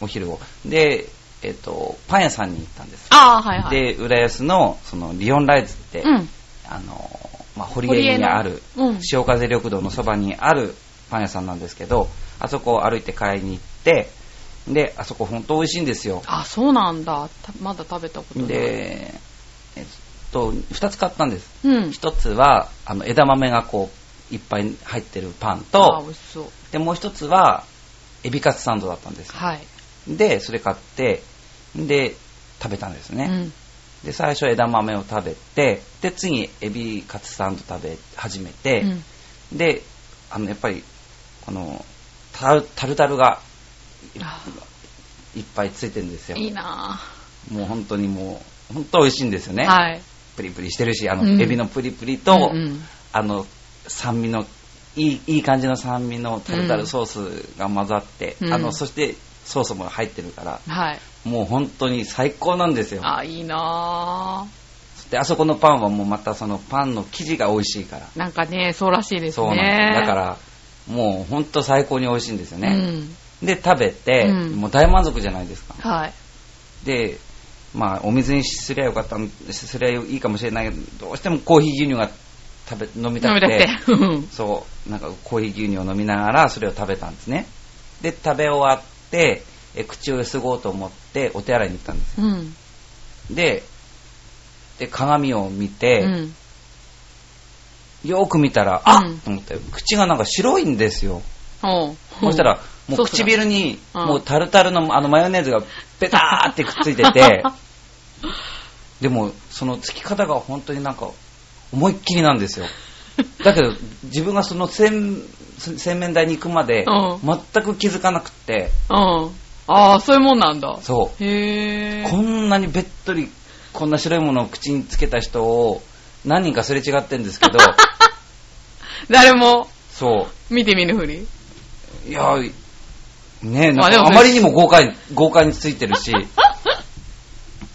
A: お昼を。で、えっ、と、パン屋さんに行ったんです。
B: ああ、はいはい。
A: で、浦安の、その、リオンライズって、
B: うん。
A: あの、まあ、堀江にある、
B: 堀江のうん
A: 潮風緑道のそばにあるパン屋さんなんですけど、あそこを歩いて買いに行って、で、あそこ本当美味しいんですよ。
B: あ、そうなんだ。たまだ食べたことない。
A: で、えっと、二つ買ったんです。
B: うん。
A: 一つは、あの、枝豆がこう、いっぱい入ってるパン
B: あー、
A: と
B: 美、味しそう。
A: で、もう一つは、エビカツサンドだったんですよ。
B: はい。
A: で、それ買って、で、食べたんですね。で、最初枝豆を食べて、で、次、エビカツサンド食べ始め
B: う
A: て、
B: ん。うん
A: で、あの、やっぱり、この、タルタルタルが
B: あ
A: いっぱいついてるんですよ。
B: いいな
A: もう本当にもう、本当美味しいんですよ
B: ぁ。
A: ね。
B: はい。
A: プリプリしてるし、あの、
B: うん
A: エビのプリプリと、
B: うんうん
A: あの、酸味の、いい、いい感じの酸味のタルタルソースが混ざって、
B: うん
A: あの、そしてソースも入ってるから、
B: はい。
A: もう本当に最高なんですよ。
B: あ、いいな
A: で、あそこのパンはもうまたそのパンの生地が美味しいから。
B: ぁ。なんかね、そうらしいですね。
A: そうなんです。だから、もう本当最高に美味しいんですよね。で、食べて、
B: うん
A: もう大満足じゃないですか
B: うん。。はい。
A: で、まあ、お水にすりゃよかったん、すりゃいいかもしれないけど、どうしてもコーヒー牛乳が食べ、飲みた
B: 飲
A: く
B: み
A: て。
B: たくて。うん
A: そう、なんかコーヒー牛乳を飲みながらそれを食べたんですね。で、食べ終わって、え口をゆすごうと思ってお手洗いに行ったんですよ。
B: うん。
A: で、で鏡を見て、
B: うん
A: よーく見たら、あ、
B: うん
A: と思って、口がなんか白いんですよ。
B: おう
A: そしたら、もう
B: ソースが
A: 唇に、
B: うん
A: もうタルタルのあのマヨネーズがペターってくっついてて、でも、そのつき方が本当になんか、思いっきりなんですよ。 だけど、自分がその洗洗面台に行くまで
B: うん、
A: 全く気づかなくって、
B: うん。ああ、そういうもんなんだ。
A: そ
B: へ
A: う、
B: ぇ
A: こんなにべっとり、こんな白いものを口につけた人を、何人かすれ違ってんです けど、
B: 誰も
A: そ
B: 見て見ぬふり。
A: う、いや、ねえ、な
B: まあ
A: ん
B: でも
A: かあまりにも豪快、豪快についてるし、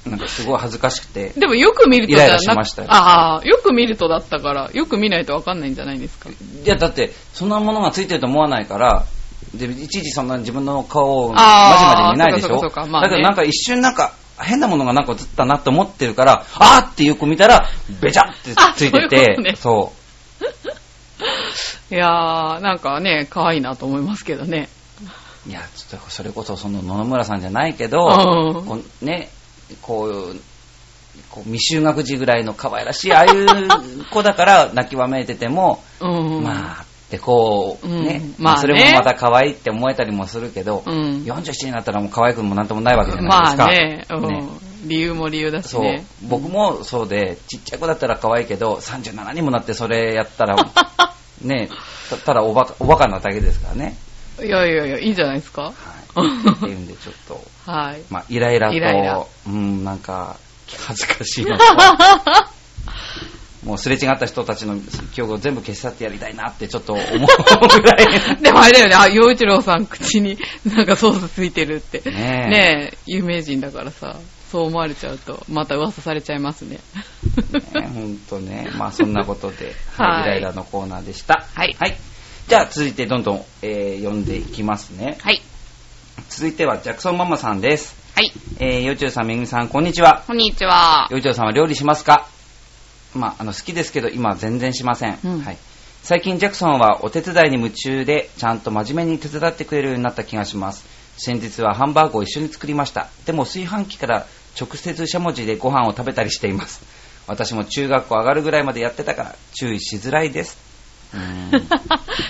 A: なんかすごい恥ずかしくて、
B: でもよく見ると
A: イ
B: じ
A: ラ
B: ゃ
A: イラ
B: な
A: しましたよ
B: ああ、よく見るとだったから、よく見ないとわかんないんじゃないですか。
A: いや、だって、そんなものがついてると思わないから、でいちいちそんな自分の顔をまじまじ
B: あー
A: 見ないでし
B: そう
A: ょ。
B: かそうかそうかまあね
A: だけどなんか一瞬なんか、変なものがなんか映ったなと思ってるから、あーってよく見たら、べちゃってついて
B: あそういうこ
A: て
B: と、ね
A: そ
B: いやー、なんかね、可愛いなと思いますけどね。
A: う。いや、ちょっとそれこそその野々村さんじゃないけ
B: う
A: ど
B: ん、
A: こうね、こう、こう未就学児ぐらいの可愛らしい、ああいう子だ から泣きわめいてても、
B: うん。
A: まあ、ってこう、
B: うん
A: ね、
B: まあね
A: それもまた可愛いって思えたりもするけど、
B: うん
A: 47になったらもう可愛くもなんともないわけじゃないで
B: ます
A: か。
B: あね、うん
A: ね
B: 理由も理由だし
A: そう、
B: ね。
A: 僕もそうで、ちっちゃい子だったら可愛いけど、37にもなってそれやったら、 ね、たただおばかおバカなだけですからね。
B: いやいやいや、いいんじゃないですか。
A: はい。っていうんで、ちょっと、
B: はい。
A: まあ、イライラと、
B: イライラ
A: うん、なんか、恥ずかしい のと、もうすれ違った人たちの記憶を全部消し去ってやりたいなってちょっと思うぐらい。
B: でもあれだよね、あ、洋一郎さん口になんかソースついてるって。
A: ねえ
B: ねえ有名人だからさ、そう思われちゃうと、また噂されちゃいますね。
A: ね、ほんとね。まあそんなことで、は
B: はい
A: い、イライラのコーナーでした。
B: はい
A: じゃあ続いてどんどん、えー読んでいきますね。
B: はい。
A: 続いてはジャクソンママさんです。
B: はい。
A: えー、よちゅうさん、めぐみさん、こんにちは。
B: こんにちは。
A: よちゅうさんは料理しますかまあ、あの、好きですけど、今は全然しません。
B: うん
A: はい。最近ジャクソンはお手伝いに夢中で、ちゃんと真面目に手伝ってくれるようになった気がします。先日はハンバーグを一緒に作りました。でも炊飯器から直接しゃもじでご飯を食べたりしています。私も中学校上がるぐらいまでやってたから、注意しづらいです。うーん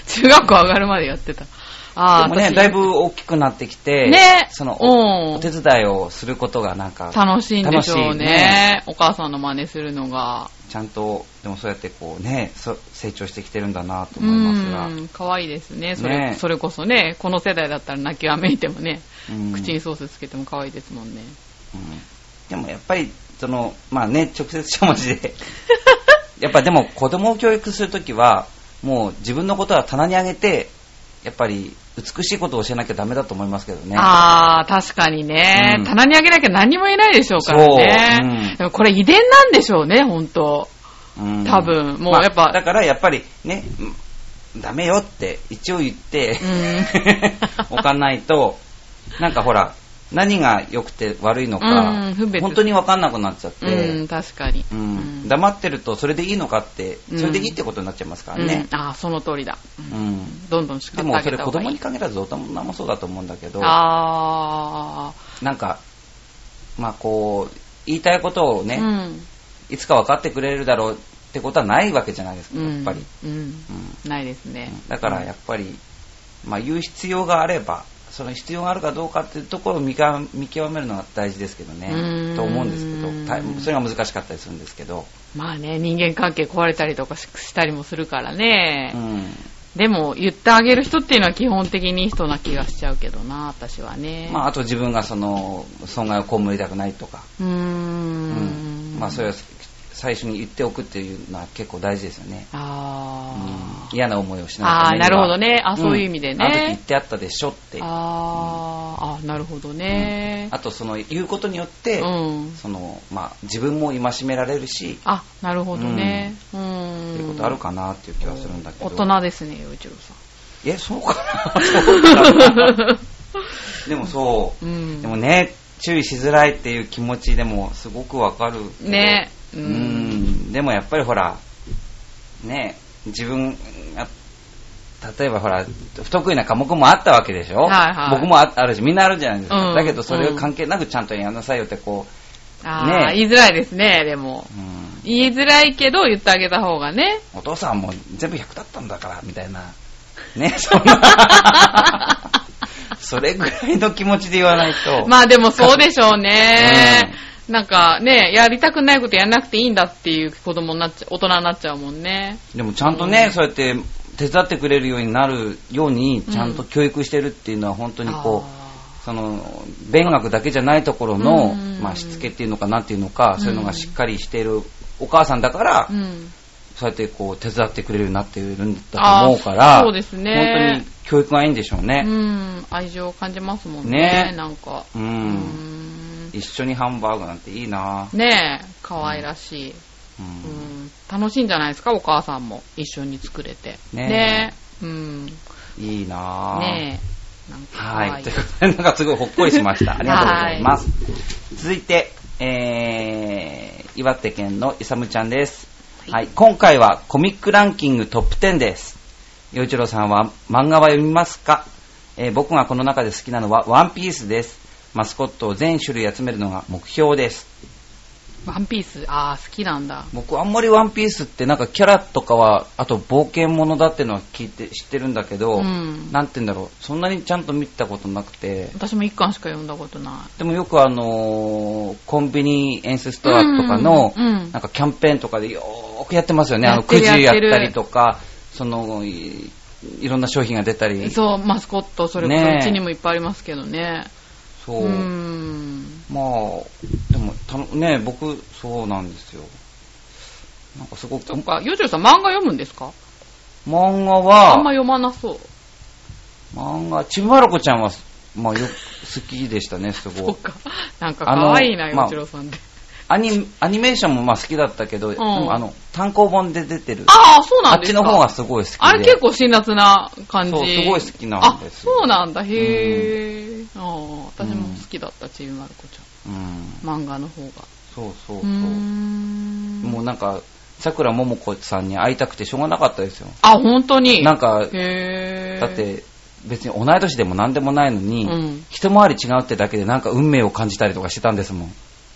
B: 中学校上がるまでやってた。 ああ、
A: でもね、
B: 私
A: だいぶ大きくなってきて、
B: ね
A: その
B: うん
A: お、お手伝いをすることがなんか、
B: 楽しいんでしょうね
A: 楽しいね
B: お母さんの真似するのが。
A: ちゃんと、でもそうやってこうね、そ成長してきてるんだなと
B: う
A: 思いますが、
B: ん、可愛いですね。それ、
A: ね
B: それこそね、この世代だったら泣きわめいてもね、
A: うん
B: 口にソースつけても可愛いですもんね。
A: うんでもやっぱり、その、まあね、直接しゃもじ で、やっぱでも子供を教育するときは、もう自分のことは棚にあげて、やっぱり美しいことを教えなきゃダメだと思いますけどね。
B: ああ、確かにね、
A: うん
B: 棚にあげなきゃ何もいないでしょうからね。
A: そううん
B: でもこれ遺伝なんでしょうね、本当
A: うん
B: 多分もう
A: まあ
B: やっぱ
A: だからやっぱりね、うんダメよって一応言って、
B: うん
A: 置かないと、なんかほら、何が良くて悪いの
B: うん
A: か
B: 不、別
A: 本当に分かんなくなっちゃっ
B: う
A: て
B: ん、、確かに。
A: うん
B: うん
A: 黙ってるとそれでいいのかって、
B: うん
A: それでいいってことになっちゃいますからね。
B: うんああ、その通りだ。
A: うん
B: どんどん叱
A: で
B: って
A: も
B: あ
A: そ
B: げ
A: れ
B: た
A: 子
B: 方がいい。
A: 供に限らず大人もそうだと思うんだけど、
B: あ
A: なんか、まあこう、言いたいことを
B: あ、
A: ね、
B: うん。
A: いつか分かってくれるだろうってことはないわけじゃないですか、やっぱり。
B: うん、
A: うん
B: ないですね
A: だからやっぱり、まあ、言う必要があれば、その必要があるかどうかっていうところを見か見極めるのが大事ですけど
B: うー
A: ね
B: ん
A: と思うんですけど大それが難しかったりするんですけど、
B: まあね、人間関係壊れたりとかししたりもするからね。
A: うん
B: でも、言ってあげる人っていうのは基本的にいい人な気がしちゃうけどな、私はね。
A: まあ、
B: あ、
A: あと自分がその損害を被りたくないとか、
B: うー
A: うん
B: ん。
A: まあ、それを最初に言っておくっていうのは結構大事ですよね、
B: あ
A: うん嫌な思いをしない
B: あー
A: ためには
B: なるほどねあそういう意味でね
A: あの時言ってあったでしょって
B: ー、
A: いう
B: あーあ、なるほどね。
A: あとその言うことによって、
B: うん。
A: そのまあ、自分も戒められるし
B: あ、なるほどね。うん。
A: っていうことあるかなっていう気がするんだけど
B: 大人ですね、洋一郎さん。
A: えそうかなそうか なでもそう、
B: うん
A: でもね注意しづらいっていう気持ちでもすごくわかるけど
B: ねう
A: うんんでもやっぱりほらね自分が例えばほら不得意な科目もあったわけでしょ、
B: はいはい
A: 僕もああるしみんなあるじゃないですか、
B: うん
A: だけどそれを関係なくちゃんとやんなさいよってこ
B: ああ、
A: ね
B: 言いづらいですね、でも。
A: う、うん、
B: 言いづらいけど、言ってあげた方がね。
A: お父さんも全部100だったんだから、みたいな。ね、そんな。 それぐらいの気持ちで言わないと。
B: まあでもそうでしょうね。なんかね、やりたくないことやんなくていいんだっていう子供になっちゃ、大人になっちゃうもんね。
A: でもちゃんとね、そうやって手伝ってくれるようになるように、ちゃんと教育してるっていうのは本当にこう、その、勉学だけじゃないところの、
B: うん
A: まあ、しつけっていうのかなんていうのか、そういうのがしっかりしているお母さんだから、
B: あーうん。
A: そうやってこう、手伝ってくれるようになっているんだと思うから、
B: あーそうです
A: 本
B: ね
A: 当に教育がいいんでしょうね。
B: うん。愛情を感じますもんね。
A: ね
B: なんか。
A: うん
B: うん
A: 一緒にハンバーグなんていいなぁ
B: ねえ、可愛らしい、
A: う
B: うんん。楽しいんじゃないですか、お母さんも。一緒に作れて。
A: ねえ
B: ねえ。うん。
A: いいなぁ
B: ねえ。なんか可愛
A: はい。ということで、なんかすごいほっこりしました。ありがとうございます。続いて、えー、岩手県のいさむちゃんです。はい。今回はコミックランキングトップ10です。洋一郎さんは漫画は読みますか、えー僕がこの中で好きなのはワンピースです。マスコットを全種類集めるのが目標です。
B: ワンピース、ああ、好きなんだ。
A: 僕あんまりワンピースってなんかキャラとかは、あと冒険者だっていうのは聞いて、知ってるんだけど、
B: うん
A: なんて言うんだろう、そんなにちゃんと見たことなくて、
B: 私も一巻しか読んだことな
A: でもよくあのーコンビニエンスストアとかの、
B: うんうん
A: なんかキャンペーンとかでよーくやってますよね。あ
B: や
A: の、
B: っ
A: く
B: てる
A: じやった
B: やって
A: り
B: る
A: とか、その、いいろんな商品が出たり。
B: い。
A: そう。
B: そう、マスコット、それこ
A: ねえ
B: そ、うちにもいっぱいありますけどね。うーん。
A: まあ、でも、たのね、僕、そうなんですよ。なんかすごく、
B: そっか、ヨジョさん漫画読むんですか
A: 漫画
B: あんま
A: は、
B: 読まなそう。
A: 漫画、ちびまる子ちゃんは、まあ、よく好きでしたね、す
B: そ
A: ごい
B: っ。か。 なんか
A: あの
B: 可愛いな、
A: まあ
B: ヨジロさんって。
A: アニアニメーションもまあ好きだったけど、でもあの、単行本で出てる。
B: ああ、そう
A: あ
B: な
A: っ
B: んです
A: ち
B: か
A: の方がすごい好きで。
B: あれ結構辛辣な感じ。
A: そうすごい好きなんですよ
B: あ、そうなんだ、へえ。ああ、私も好きだった、ちびまる子ち
A: うん
B: ゃん。漫画の方が。
A: そうそう
B: う
A: そ
B: ー
A: う。
B: ん。
A: もうなんか、さくらももこさんに会いたくてしょうがなかったですよ。
B: あ、本当に。
A: なんか、
B: へえ。
A: だっ、て別に同い年でも何でもないのに、
B: うん
A: 一回り違うってだけでなんか運命を感じたりとかしてたんですもん。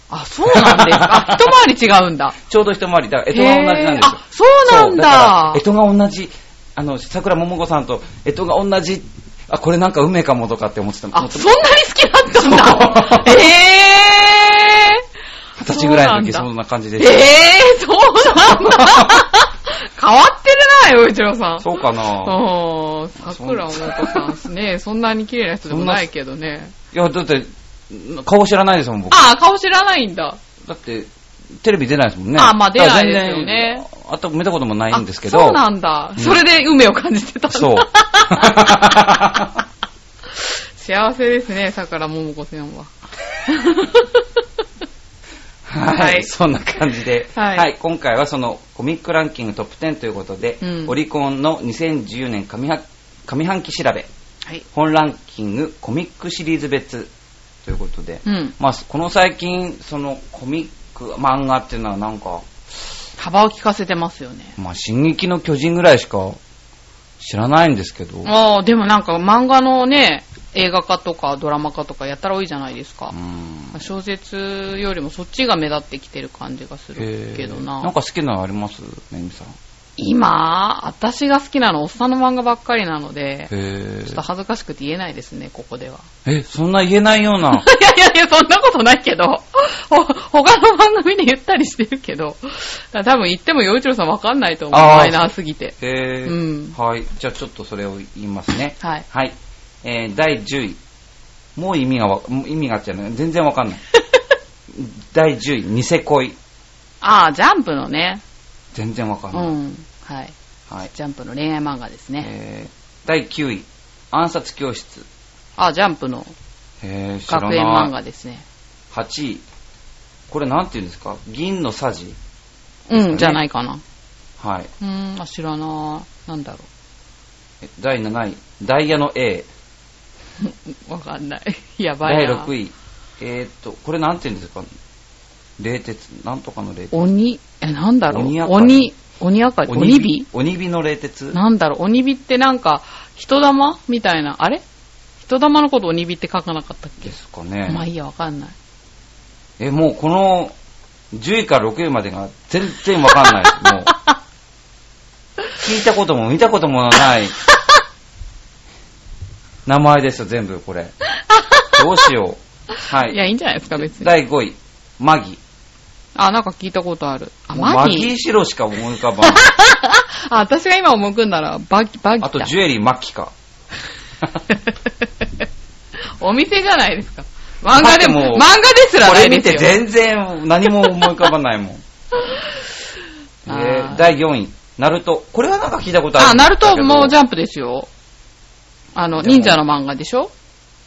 B: あ、そうなんです か。あ一回り違うんだ。
A: ちょうど一回り、だから、えとが同じなんですよ
B: へーあ。そうなんだ
A: えとが同じ、あの、さくらももこさんとえとが同じ、あ、これなんか運命かもとかって思ってた。
B: あ、そんなに好きだったんだ。
A: そう
B: え
A: 二十歳ぐらいの時
B: そう
A: そ
B: なんだ
A: んな感じ
B: ぇー。
A: でした。
B: えぇー、そうなん だ。変わってるな、洋一郎さん。
A: そうかな
B: うん。桜もこさんね、そんなに綺麗な人でもないけどね。
A: いや、だって、顔知らないですもん、僕。
B: あー、顔知らないんだ。
A: だって、テレビ出ないですもんね。
B: あまあ出ないで
A: だ
B: すよね
A: から全然。あと見たこともないんですけど。
B: あそうなんだ。それで運命を感じてたんだ。
A: そう
B: 幸せですね、桜ももこさ んは。
A: は。
B: はいい
A: そんな感じで。は、
B: はいい
A: 今回はそのコミックランキングトップ10ということで、
B: うん
A: オリコンの2014年上半上半期調べ、
B: はい。
A: 本ランキングコミックシリーズ別ということで、
B: うん。
A: まあ、この最近、そのコミック、漫画っていうのはなんか、
B: 幅を利かせてますよね。
A: まあ、進撃の巨人ぐらいしか知らないんですけど、うん、
B: ああ、でもなんか漫画のね、映画化とかドラマ化とかやったら多いじゃないですか。小説よりもそっちが目立ってきてる感じがするけどな。
A: なんか好きなのありますめぐみさん。
B: 今、私が好きなのおっさんの漫画ばっかりなので、ち
A: へ
B: ょっと恥ずかしくて言えないですね、ここでは。
A: え。え、そんな言えないような。
B: いやいやいや、そんなことないけど、 ほ他の番組で言ったりしてるけど、多分言っても洋一郎さんわかんないと思う、
A: あー
B: マイナーすぎて。
A: えー
B: うん
A: はい。じゃあちょっとそれを言いますね。
B: はい。
A: はい。えー、第10位。もう意味がわ、もう意味が違うね。全然わかん ない。第10位、ニセ恋。
B: ああ、ジャンプのね、
A: 全然わかん
B: う
A: ない。
B: ん、はい。
A: はい。
B: ジャンプの恋愛漫画ですね。
A: えー、第9位、暗殺教室。
B: ああ、ジャンプの
A: えー、知ら
B: 学
A: ない。
B: 園漫画ですね。
A: 8位。これなんて言うんですか銀のさじ
B: う
A: ね
B: ん、じゃないかな。
A: はい。
B: うーん、あ、知らない。なんだろ
A: え第7位、ダイヤの A。
B: う。 わかんない。やば
A: 第
B: いな。
A: 6位、えーっと、これなんて言うんですか冷徹、なんとかの冷徹。
B: 鬼、え、なんだろう。
A: 鬼赤い
B: 鬼、鬼赤い、鬼火
A: 鬼火の冷徹
B: なんだろう、鬼火ってなんか、人玉みたいな、あれ人玉のこと鬼火って書かなかったっけ
A: ですかね。
B: まあいいや、わかんない。
A: え、もうこの10位から6位までが全然わかんない です。もう。聞いたことも見たことも ない。名前ですよ、全部こ れ。どうしよう。はいい。
B: や、いいんじゃないですか、別に。
A: 第5位、マギ。
B: あ、なんか聞いたことある。あ、
A: もう
B: マ
A: マギ
B: ギ
A: ーシロしか思い浮か ばない。
B: あ、私が今思い浮くんなら、バギ、バギだ。
A: あとジュエリーマキか。
B: お店じゃないですか。 漫画でも、
A: だってもう
B: 漫画ですら
A: こ
B: な
A: れ
B: い
A: 見
B: です
A: て
B: よ。
A: 全然何も思い浮かばないも ん。え
B: あー
A: ー第4位、ナルト。これはなんか聞いたことある。
B: あ、ナルトもジ
A: ゃ
B: ャンプですよ。あの、
A: でも
B: 忍者の漫画でしょ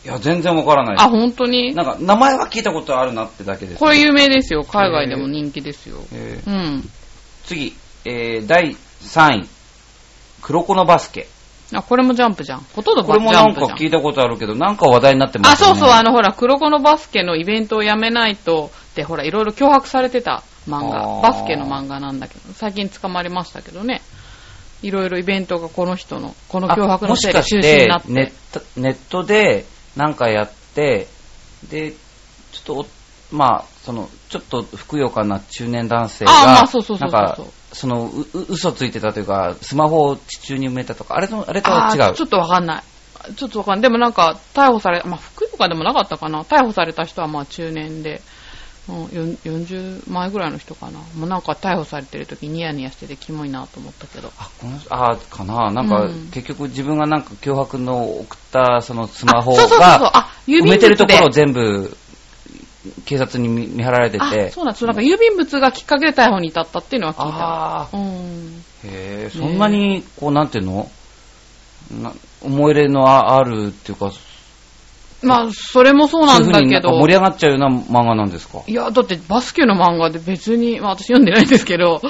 A: いや、全然わからない。
B: あ、本当に
A: なんか、名前は聞いたことあるなってだけです。
B: これ有名ですよ。海外でも人気ですよ。
A: えー
B: うん。
A: 次、えー、第3位、黒子のバスケ。
B: あ、これもジャンプじゃん。ほとんど
A: こ
B: バ
A: れ
B: ジ
A: もな
B: ャン
A: ん
B: プ
A: か
B: じ
A: 聞いたことあるけど、なんか話題になって
B: ゃん。あ、
A: ますよ
B: そう
A: ね。
B: そう、あの、ほら、黒子のバスケのイベントをやめないと、で、ほら、いろいろ脅迫されてた漫
A: あー
B: 画。バスケの漫画なんだけど、最近捕まりましたけどね。いろいろイベントがこの人の、この脅迫
A: あも
B: の
A: し
B: せいで
A: かし
B: 中止に
A: て
B: なって。
A: ネット、ネットでなんかやって、で、ちょっとお、まあ、その、ちょっとふくよかな中年男性が、
B: あまあそうそうそうそうそう
A: なんか、その、うう嘘ついてたというか、スマホを地中に埋めたとか、あれと、あれとは
B: あ
A: 違
B: ー
A: う。
B: ちょっとわかんない。ちょっとわかんない。でもなんか、逮捕され、まあ、福岡でもなかったかな。逮捕された人はまあ中年で、うん、よん40前ぐらいの人かな。もうなんか逮捕されてる時ニヤニヤしててキモいなと思ったけど。
A: あ、この、あー、かななんか、
B: うん
A: 結局自分がなんか脅迫の送った、そのスマホが、
B: あそうそうそうそうあ郵
A: 埋
B: 便物で
A: めてるところを全部、警察に見見張られて
B: あ、
A: て。
B: そうなんです。そうなんか郵便物がきっかけで逮捕に至ったっていうのは聞い
A: あ
B: た。うん。
A: ーへえ、そんなに、こう、なんていうのな思い入れのああるっていうか、
B: まあ、それもそうなんだ
A: そういうふうに
B: け
A: なんか
B: ど。
A: 盛り上がっちゃうような漫画なんですか
B: いや、だってバスケの漫画で別に、まあ私読んでないんですけど、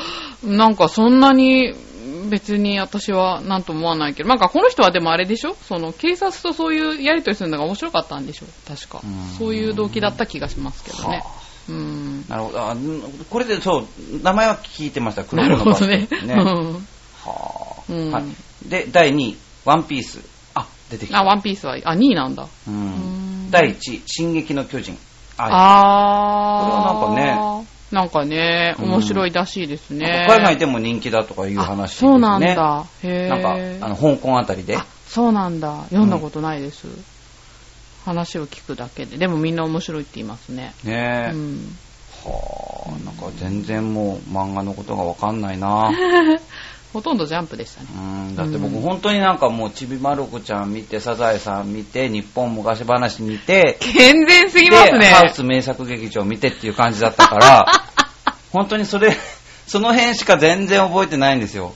B: なんかそんなに別に私はなんとも思わないけど、なんかこの人はでもあれでしょその警察とそういうやりとりするのが面白かったんでしょ確か
A: うん。
B: そういう動機だった気がしますけどね。うん。
A: なるほど。あんこれで、そう、名前は聞いてました。黒
B: なる
A: 子の
B: ほ
A: バス
B: ど
A: ケ
B: ね。うん
A: はあ、
B: うん
A: はい。で、第2位、ワンピース。あ、出てきた。
B: あ、ワンピースは、あ、2位なんだ。
A: う
B: うんん
A: 第1位、進撃の巨人。あ、
B: あー。
A: これは
B: なんかね。なんか
A: う
B: ね、
A: ん
B: 面白いらしいですね。
A: 海外でも人気だとかいう話ですね。
B: あそうなんだ。へー
A: なんか、あの、香港あたりで
B: あ。そうなんだ読んだことないです、話を聞くだけででもみんな面白いって言いますね、
A: ねえ、
B: うん、
A: はあ、なんか全然もう漫画のことがわかんないな。
B: ほとんどジャンプでしたね
A: うんだって
B: う
A: 僕
B: ん
A: 本当になんかもうちびまる子ちゃん見て、サザエさん見て、日本昔話見て、
B: 健全すぎ
A: で、
B: ますね
A: ハウス名作劇場見てっていう感じだった から、本当にそれ、その辺しか全然覚えてないんですよ。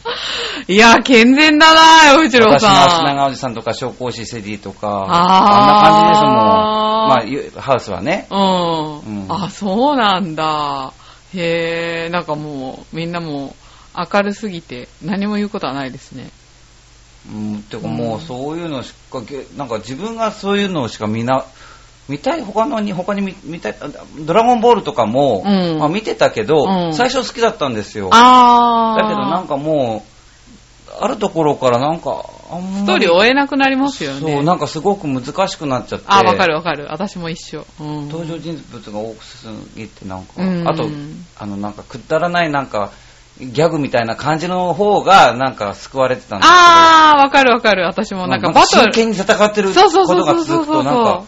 B: いや健全だな洋一郎
A: 私の足
B: さん
A: 長おじさんとか、紹興酒セディとか、
B: あー
A: あんな感じですもん。まあ、ハウスはね。
B: うん、
A: うん
B: あそうなんだへえんかもうみんなもう明るすぎて何も言うことはないですね
A: うん、てか
B: うん
A: もうそういうのしか、げなんか自分がそういうのしかみんな、見たい、他のに、他に見見たい、あドラゴンボールとかも、
B: うん
A: まあ、見てたけど、
B: うん
A: 最初好きだったんですよ。だ
B: ああ
A: けどなんかもう、あるところからなんか、あんまり
B: ストーリー追えなくなりますよね
A: そう、なんかすごく難しくなっちゃって。
B: あわかるわかる私も一緒、うん、
A: 登場人物が多すぎてなんか、
B: うん
A: あとあのなんかくだらないなんかギャグみたいな感じの方が、なんか救われてたんですけど。
B: あー、わかるわかる。私もなんかバト
A: 真
B: ル。
A: 剣に戦ってるこ
B: そうそうそ
A: と
B: うそ
A: が
B: う
A: 続
B: そう
A: くと、なんか、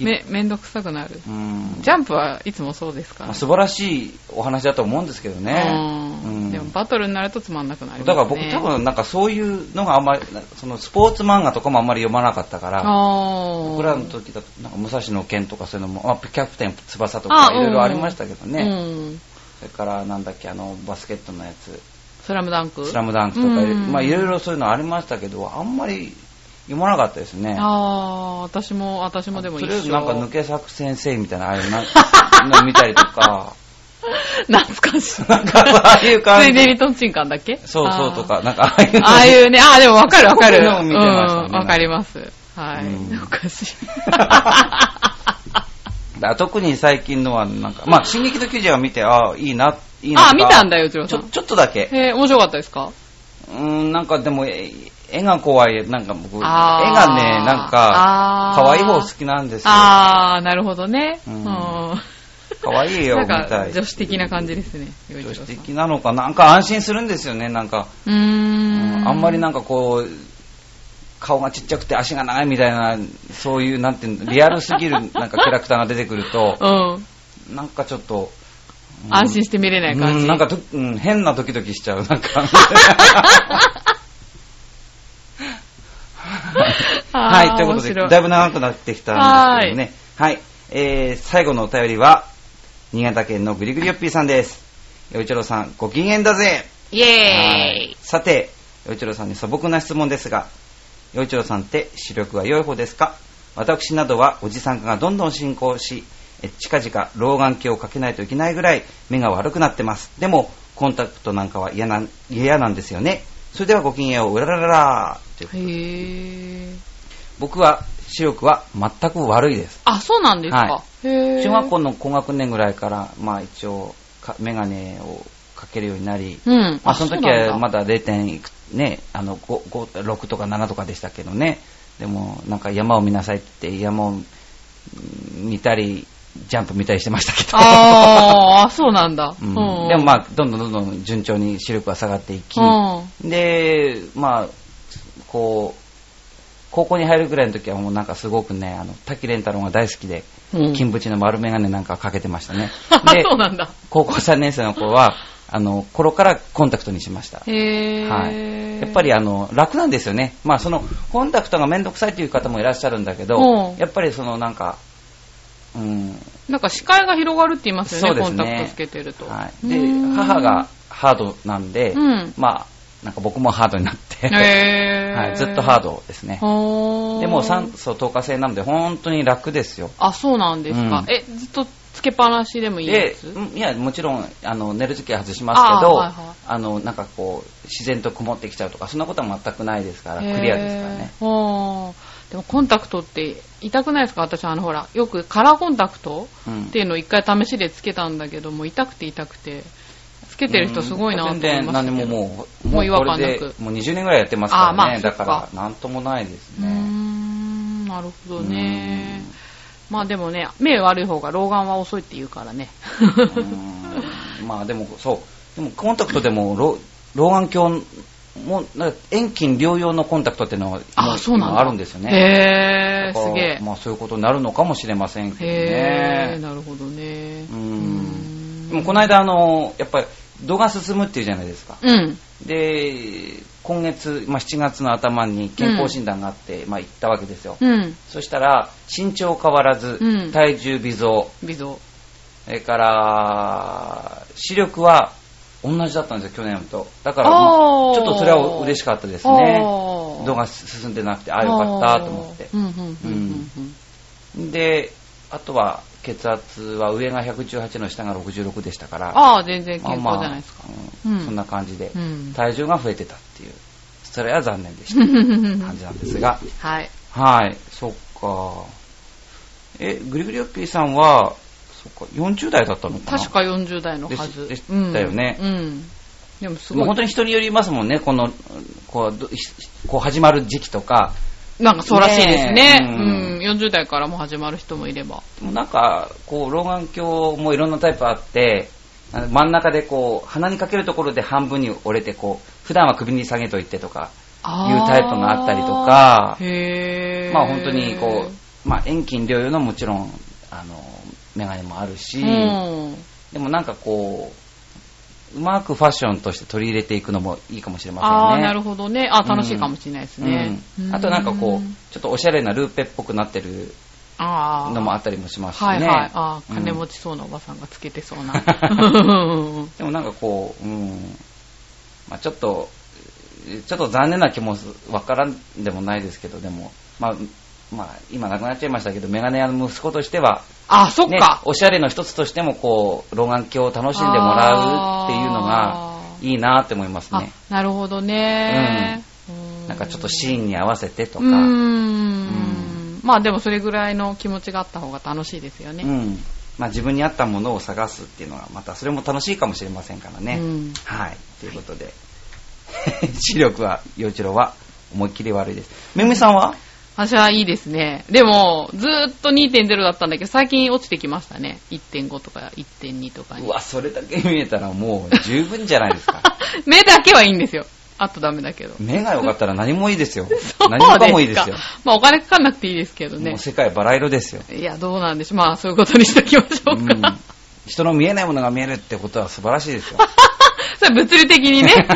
A: い
B: め、めんどくさくなる。
A: うん
B: ジャンプはいつもそうですから
A: まあ。素晴らしいお話だと思うんですけどね。
B: う
A: うんん
B: でもバトルになるとつまんなくなりますね。
A: だから僕多分なんかそういうのがあんまり、そのスポーツ漫画とかもあんまり読まなかったから、
B: あー、
A: 僕らの時だと、なんか武蔵野剣とかそういうのも、あキャプテン翼とか
B: あうん
A: いろいろありましたけどね。
B: うん。
A: それからなんだっけ、あの、バスケットのやつ、
B: スラムダンク
A: スラムダンクとか、
B: うん
A: まあいろいろそういうのありましたけど、あんまり読まなかったですね。
B: ああ、私も、私もでも
A: と
B: 一
A: りあえず
B: 緒。
A: なんか抜け作先生みたいな、ああいうなの見たりとか、
B: 懐かしい。
A: なんかああいう感じ
B: ついでにトンチンカンだっけ
A: そうそうと。
B: あ
A: か、なんかああいう
B: ー
A: の
B: ああいうね、ああ、でもわかるわかる。う
A: こう
B: ん、
A: いうのを見てましたね
B: わかります。はい。
A: うん
B: おかしい。
A: だから特に最近のは、なんか、まあ、進撃の巨人は見て、ああ、いいな、いいなとか。
B: ああ、見たんだよ、うちろ
A: ち
B: さ
A: ょ、
B: ん。
A: ちょっとだけ。
B: えー、面白かったですか
A: うーん、なんかでも、え絵が怖い、なんか僕、絵
B: あー
A: がね、なんか、
B: あー
A: 可愛い方好きなんですよ。
B: ああ、なるほどね。う。
A: うんん
B: 可
A: 可愛い絵を見
B: なん
A: た
B: か、
A: い。
B: 女子的な感じですね、陽一
A: 女
B: 郎
A: 子
B: さん。
A: 的なのか、なんか安心するんですよね、なんか。
B: うーん。
A: あんまりなん
B: か、
A: かこう、顔がちっちゃくて足が長いみたいな、そういう、なんていうの、リアルすぎるなんかキャラクターが出てくると、
B: うん。
A: なんかちょっと、うん
B: 安心して見れない感
A: う
B: じ。
A: ん、なんかど、うん、変なドキドキしちゃう、なんか。
B: あー
A: はい、ということで、
B: 面白い
A: だいぶ長くなってきたんですけどね。はい。えー、最後のお便りは、新潟県のぐりぐりよっぴーさんです。よいちろさん、ご機嫌だぜ
B: イ
A: は
B: エー
A: い
B: イ
A: さて、与一郎さんに素朴な質問ですが、与一郎さんって視力は良い方ですか私などはおじさんがどんどん進行し、え近々老眼鏡をかけないといけないぐらい目が悪くなってます。でも、コンタクトなんかは嫌なん嫌なんですよね。それではごきげんよう、うららららという
B: へー。
A: 僕は視力は全く悪いです。
B: あ、そうなんですか。
A: は
B: へー。
A: 中学校の高学年ぐらいから、まあ一応、か眼鏡をかけるようになり、
B: うん。
A: まあ、その時はま
B: だ。
A: だ0点いく、ね、あの5 5 6とか7とかでしたけどね、でもなんか山を見なさいって、山をうん見たり、ジャンプ見たりしてましたけど、
B: あーあ、そうなんだ。
A: うんでもま
B: あ、
A: あ、どんどんどんどん順調に視力が下がっていき、
B: うん。
A: で、まあ、こう、高校に入るぐらいの時はもうなんかすごくね、あの滝蓮太郎が大好きで、
B: うん。
A: 金縁の丸眼鏡なんかかけてましたね
B: あ
A: で
B: そうなんだ。
A: 高校3年生の頃は、あの頃からコンタクトにしました。
B: へー。
A: はい、やっぱりあの楽なんですよね、まあ、そのコンタクトがめんどくさいという方もいらっしゃるんだけど
B: う、ん
A: やっぱりそのなんか、うん、
B: なんか視界が広がるって言いますよね、
A: そうで
B: コ
A: す
B: ン
A: ね
B: タクトつけてると。
A: はい、で母がハードなんで、
B: うん
A: まあ、なんか僕もハードになって、
B: へ ー。
A: はい、ずっとハードですね。
B: ほー。
A: でも酸素透過性なので本当に楽ですよ。
B: あ、そうなんですか。
A: うん
B: え、ずっとつけっぱなしでもいいや
A: で
B: つ、
A: うんいや、もちろん、あの、寝るときは外しますけど、あ,、
B: あーはいはい
A: の、なんかこう、自然と曇ってきちゃうとか、そんなことは全くないですから、クリアですから
B: へ
A: ね。
B: ー。ほーでもコンタクトって痛くないですか私あのほら、よくカラーコンタクト
A: うん
B: っていうのを一回試しでつけたんだけど、もう痛くて痛くて、つけてる人すごいなと思いまし
A: 全
B: たけ
A: 然
B: ど。
A: 何ももう、
B: もう違和感なく
A: これでもう20年ぐらいやってますから
B: あ
A: ね。
B: まあ
A: だ
B: そ
A: か
B: っ
A: ら、なんともないです
B: うー
A: ね。
B: ん、なるほどね。まあでもね、目悪い方が老眼は遅いって言うからね。
A: うんまあでも、そう。でも、コンタクトでも、老老眼鏡も、なんか遠近療養のコンタクトっていうのは、
B: あ、そうなんだ。
A: 今あるんですよね。だ
B: へー、
A: から
B: すげえ。
A: まあそういうことになるのかもしれませんけど
B: へー、
A: ね。
B: なるほどね。
A: う
B: うん
A: ん。でもこの間、あの、やっぱり、度が進むっていうじゃないですか。
B: うん。
A: で、今月、まあ7月の頭に健康診断があって、まあ行ったわけですよ。
B: うん。
A: そしたら、身長変わらず、
B: うん
A: 体重微増、
B: 微増。
A: それから、視力は同じだったんですよ、去年と。だから、ち
B: あ
A: ょ
B: ー
A: っとそれは嬉しかったです
B: あ
A: ね。
B: ー
A: 動画進んでなくて、ああ、よかったと思って
B: う。んうんうんうんうん。
A: で、あとは、血圧は上が118の下が66でしたから、
B: ああ、全然
A: まあ
B: 健
A: まあ
B: 康じゃないですか。
A: うん
B: うん
A: そんな感じで、
B: うん
A: 体重が増えてたっていう、それは残念でした感じなんですが。
B: はい。
A: はい、そっか。え、グリグリオッピーさんは、そっか、40代だったのかな
B: 確か40代のはず。
A: でしでしたよね
B: うんうん。でもす
A: も
B: ご
A: う本
B: い。
A: 当に人によりますもんね、この、こうどひこう始まる時期とか、
B: なんかそうらしいですね。
A: ねえ
B: うん。40代からも始まる人もいれば。
A: でもなんか、こう、老眼鏡もいろんなタイプあって、あの真ん中でこう、鼻にかけるところで半分に折れて、こう、普段は首に下げといてとか、いうタイプがあったりとか
B: へー
A: まあ本当にこう、まあ遠近両用のもちろん、あの、メガネもあるし、
B: うん
A: でもなんかこう、うまくファッションとして取り入れていくのもいいかもしれませんね。
B: ああ、なるほどね。あ楽しいかもしれないですね。
A: うんあとなんかこう、ちょっとおしゃれなルーペっぽくなってる
B: あー
A: のもあったりもしますしね。
B: はいはい。あー
A: うん
B: 金持ちそうなおばさんがつけてそうな。うん
A: でもなんかこう、うん、まあちょっと、ちょっと残念な気もすわからんでもないですけど、でも、まあ、まあ、今亡くなっちゃいましたけど、メガネ屋の息子としては、
B: あ、そっ
A: ね
B: か。、
A: おしゃれの一つとしても、こう、老眼鏡を楽しんでもらうっていうのが
B: あ、ー
A: いいなって思います
B: あ
A: ね。、
B: なるほどね。う
A: なんかちょっとシーンに合わせてとか、
B: うー
A: うん
B: ん。まあでもそれぐらいの気持ちがあった方が楽しいですよね。
A: まあ自分に合ったものを探すっていうのが、またそれも楽しいかもしれませんからね。
B: うん
A: はい、ということで、 視力は、陽一郎は思いっきり悪いです。めぐみさんは
B: 私はいいですね。でも、ずーっと2.0だったんだけど、最近落ちてきましたね。1.5とか1.2とかに
A: う。わ、それだけ見えたらもう十分じゃないですか。
B: 目だけはいいんですよ。あとダメだけ ど。
A: 目が良かったら何もいいですよ。
B: そう
A: 何もかもいいですよ
B: か。まあお金かかんなくていいですけど
A: も
B: ね
A: う。世界バラ色ですよ。
B: いや、どうなんでしょう。まあそういうことにしておきましょうか。
A: うん人の見えないものが見えるってことは素晴らしいですよ。
B: それは物理的に ね。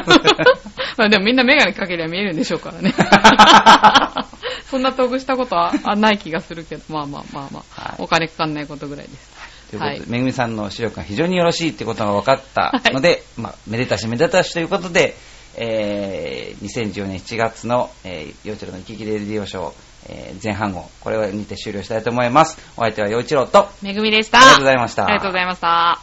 B: まあでもみんなメガネかけりゃ見えるんでしょうか らね。そんな遠くしたことはあない気がするけど、まあまあまあまあ、
A: はい
B: お金かかんないことぐらいです。
A: ということで、
B: はい
A: めぐみさんの視力が非常によろしいってことが分かったので、まあ、めでたしめでたしということで、えー、2014年7月の、えー、陽一郎の生き生きレディオショー、えー前半号、これにて終了したいと思います。お相手は陽一郎と、
B: めぐみでした。
A: ありがとうございました
B: ありがとうございました。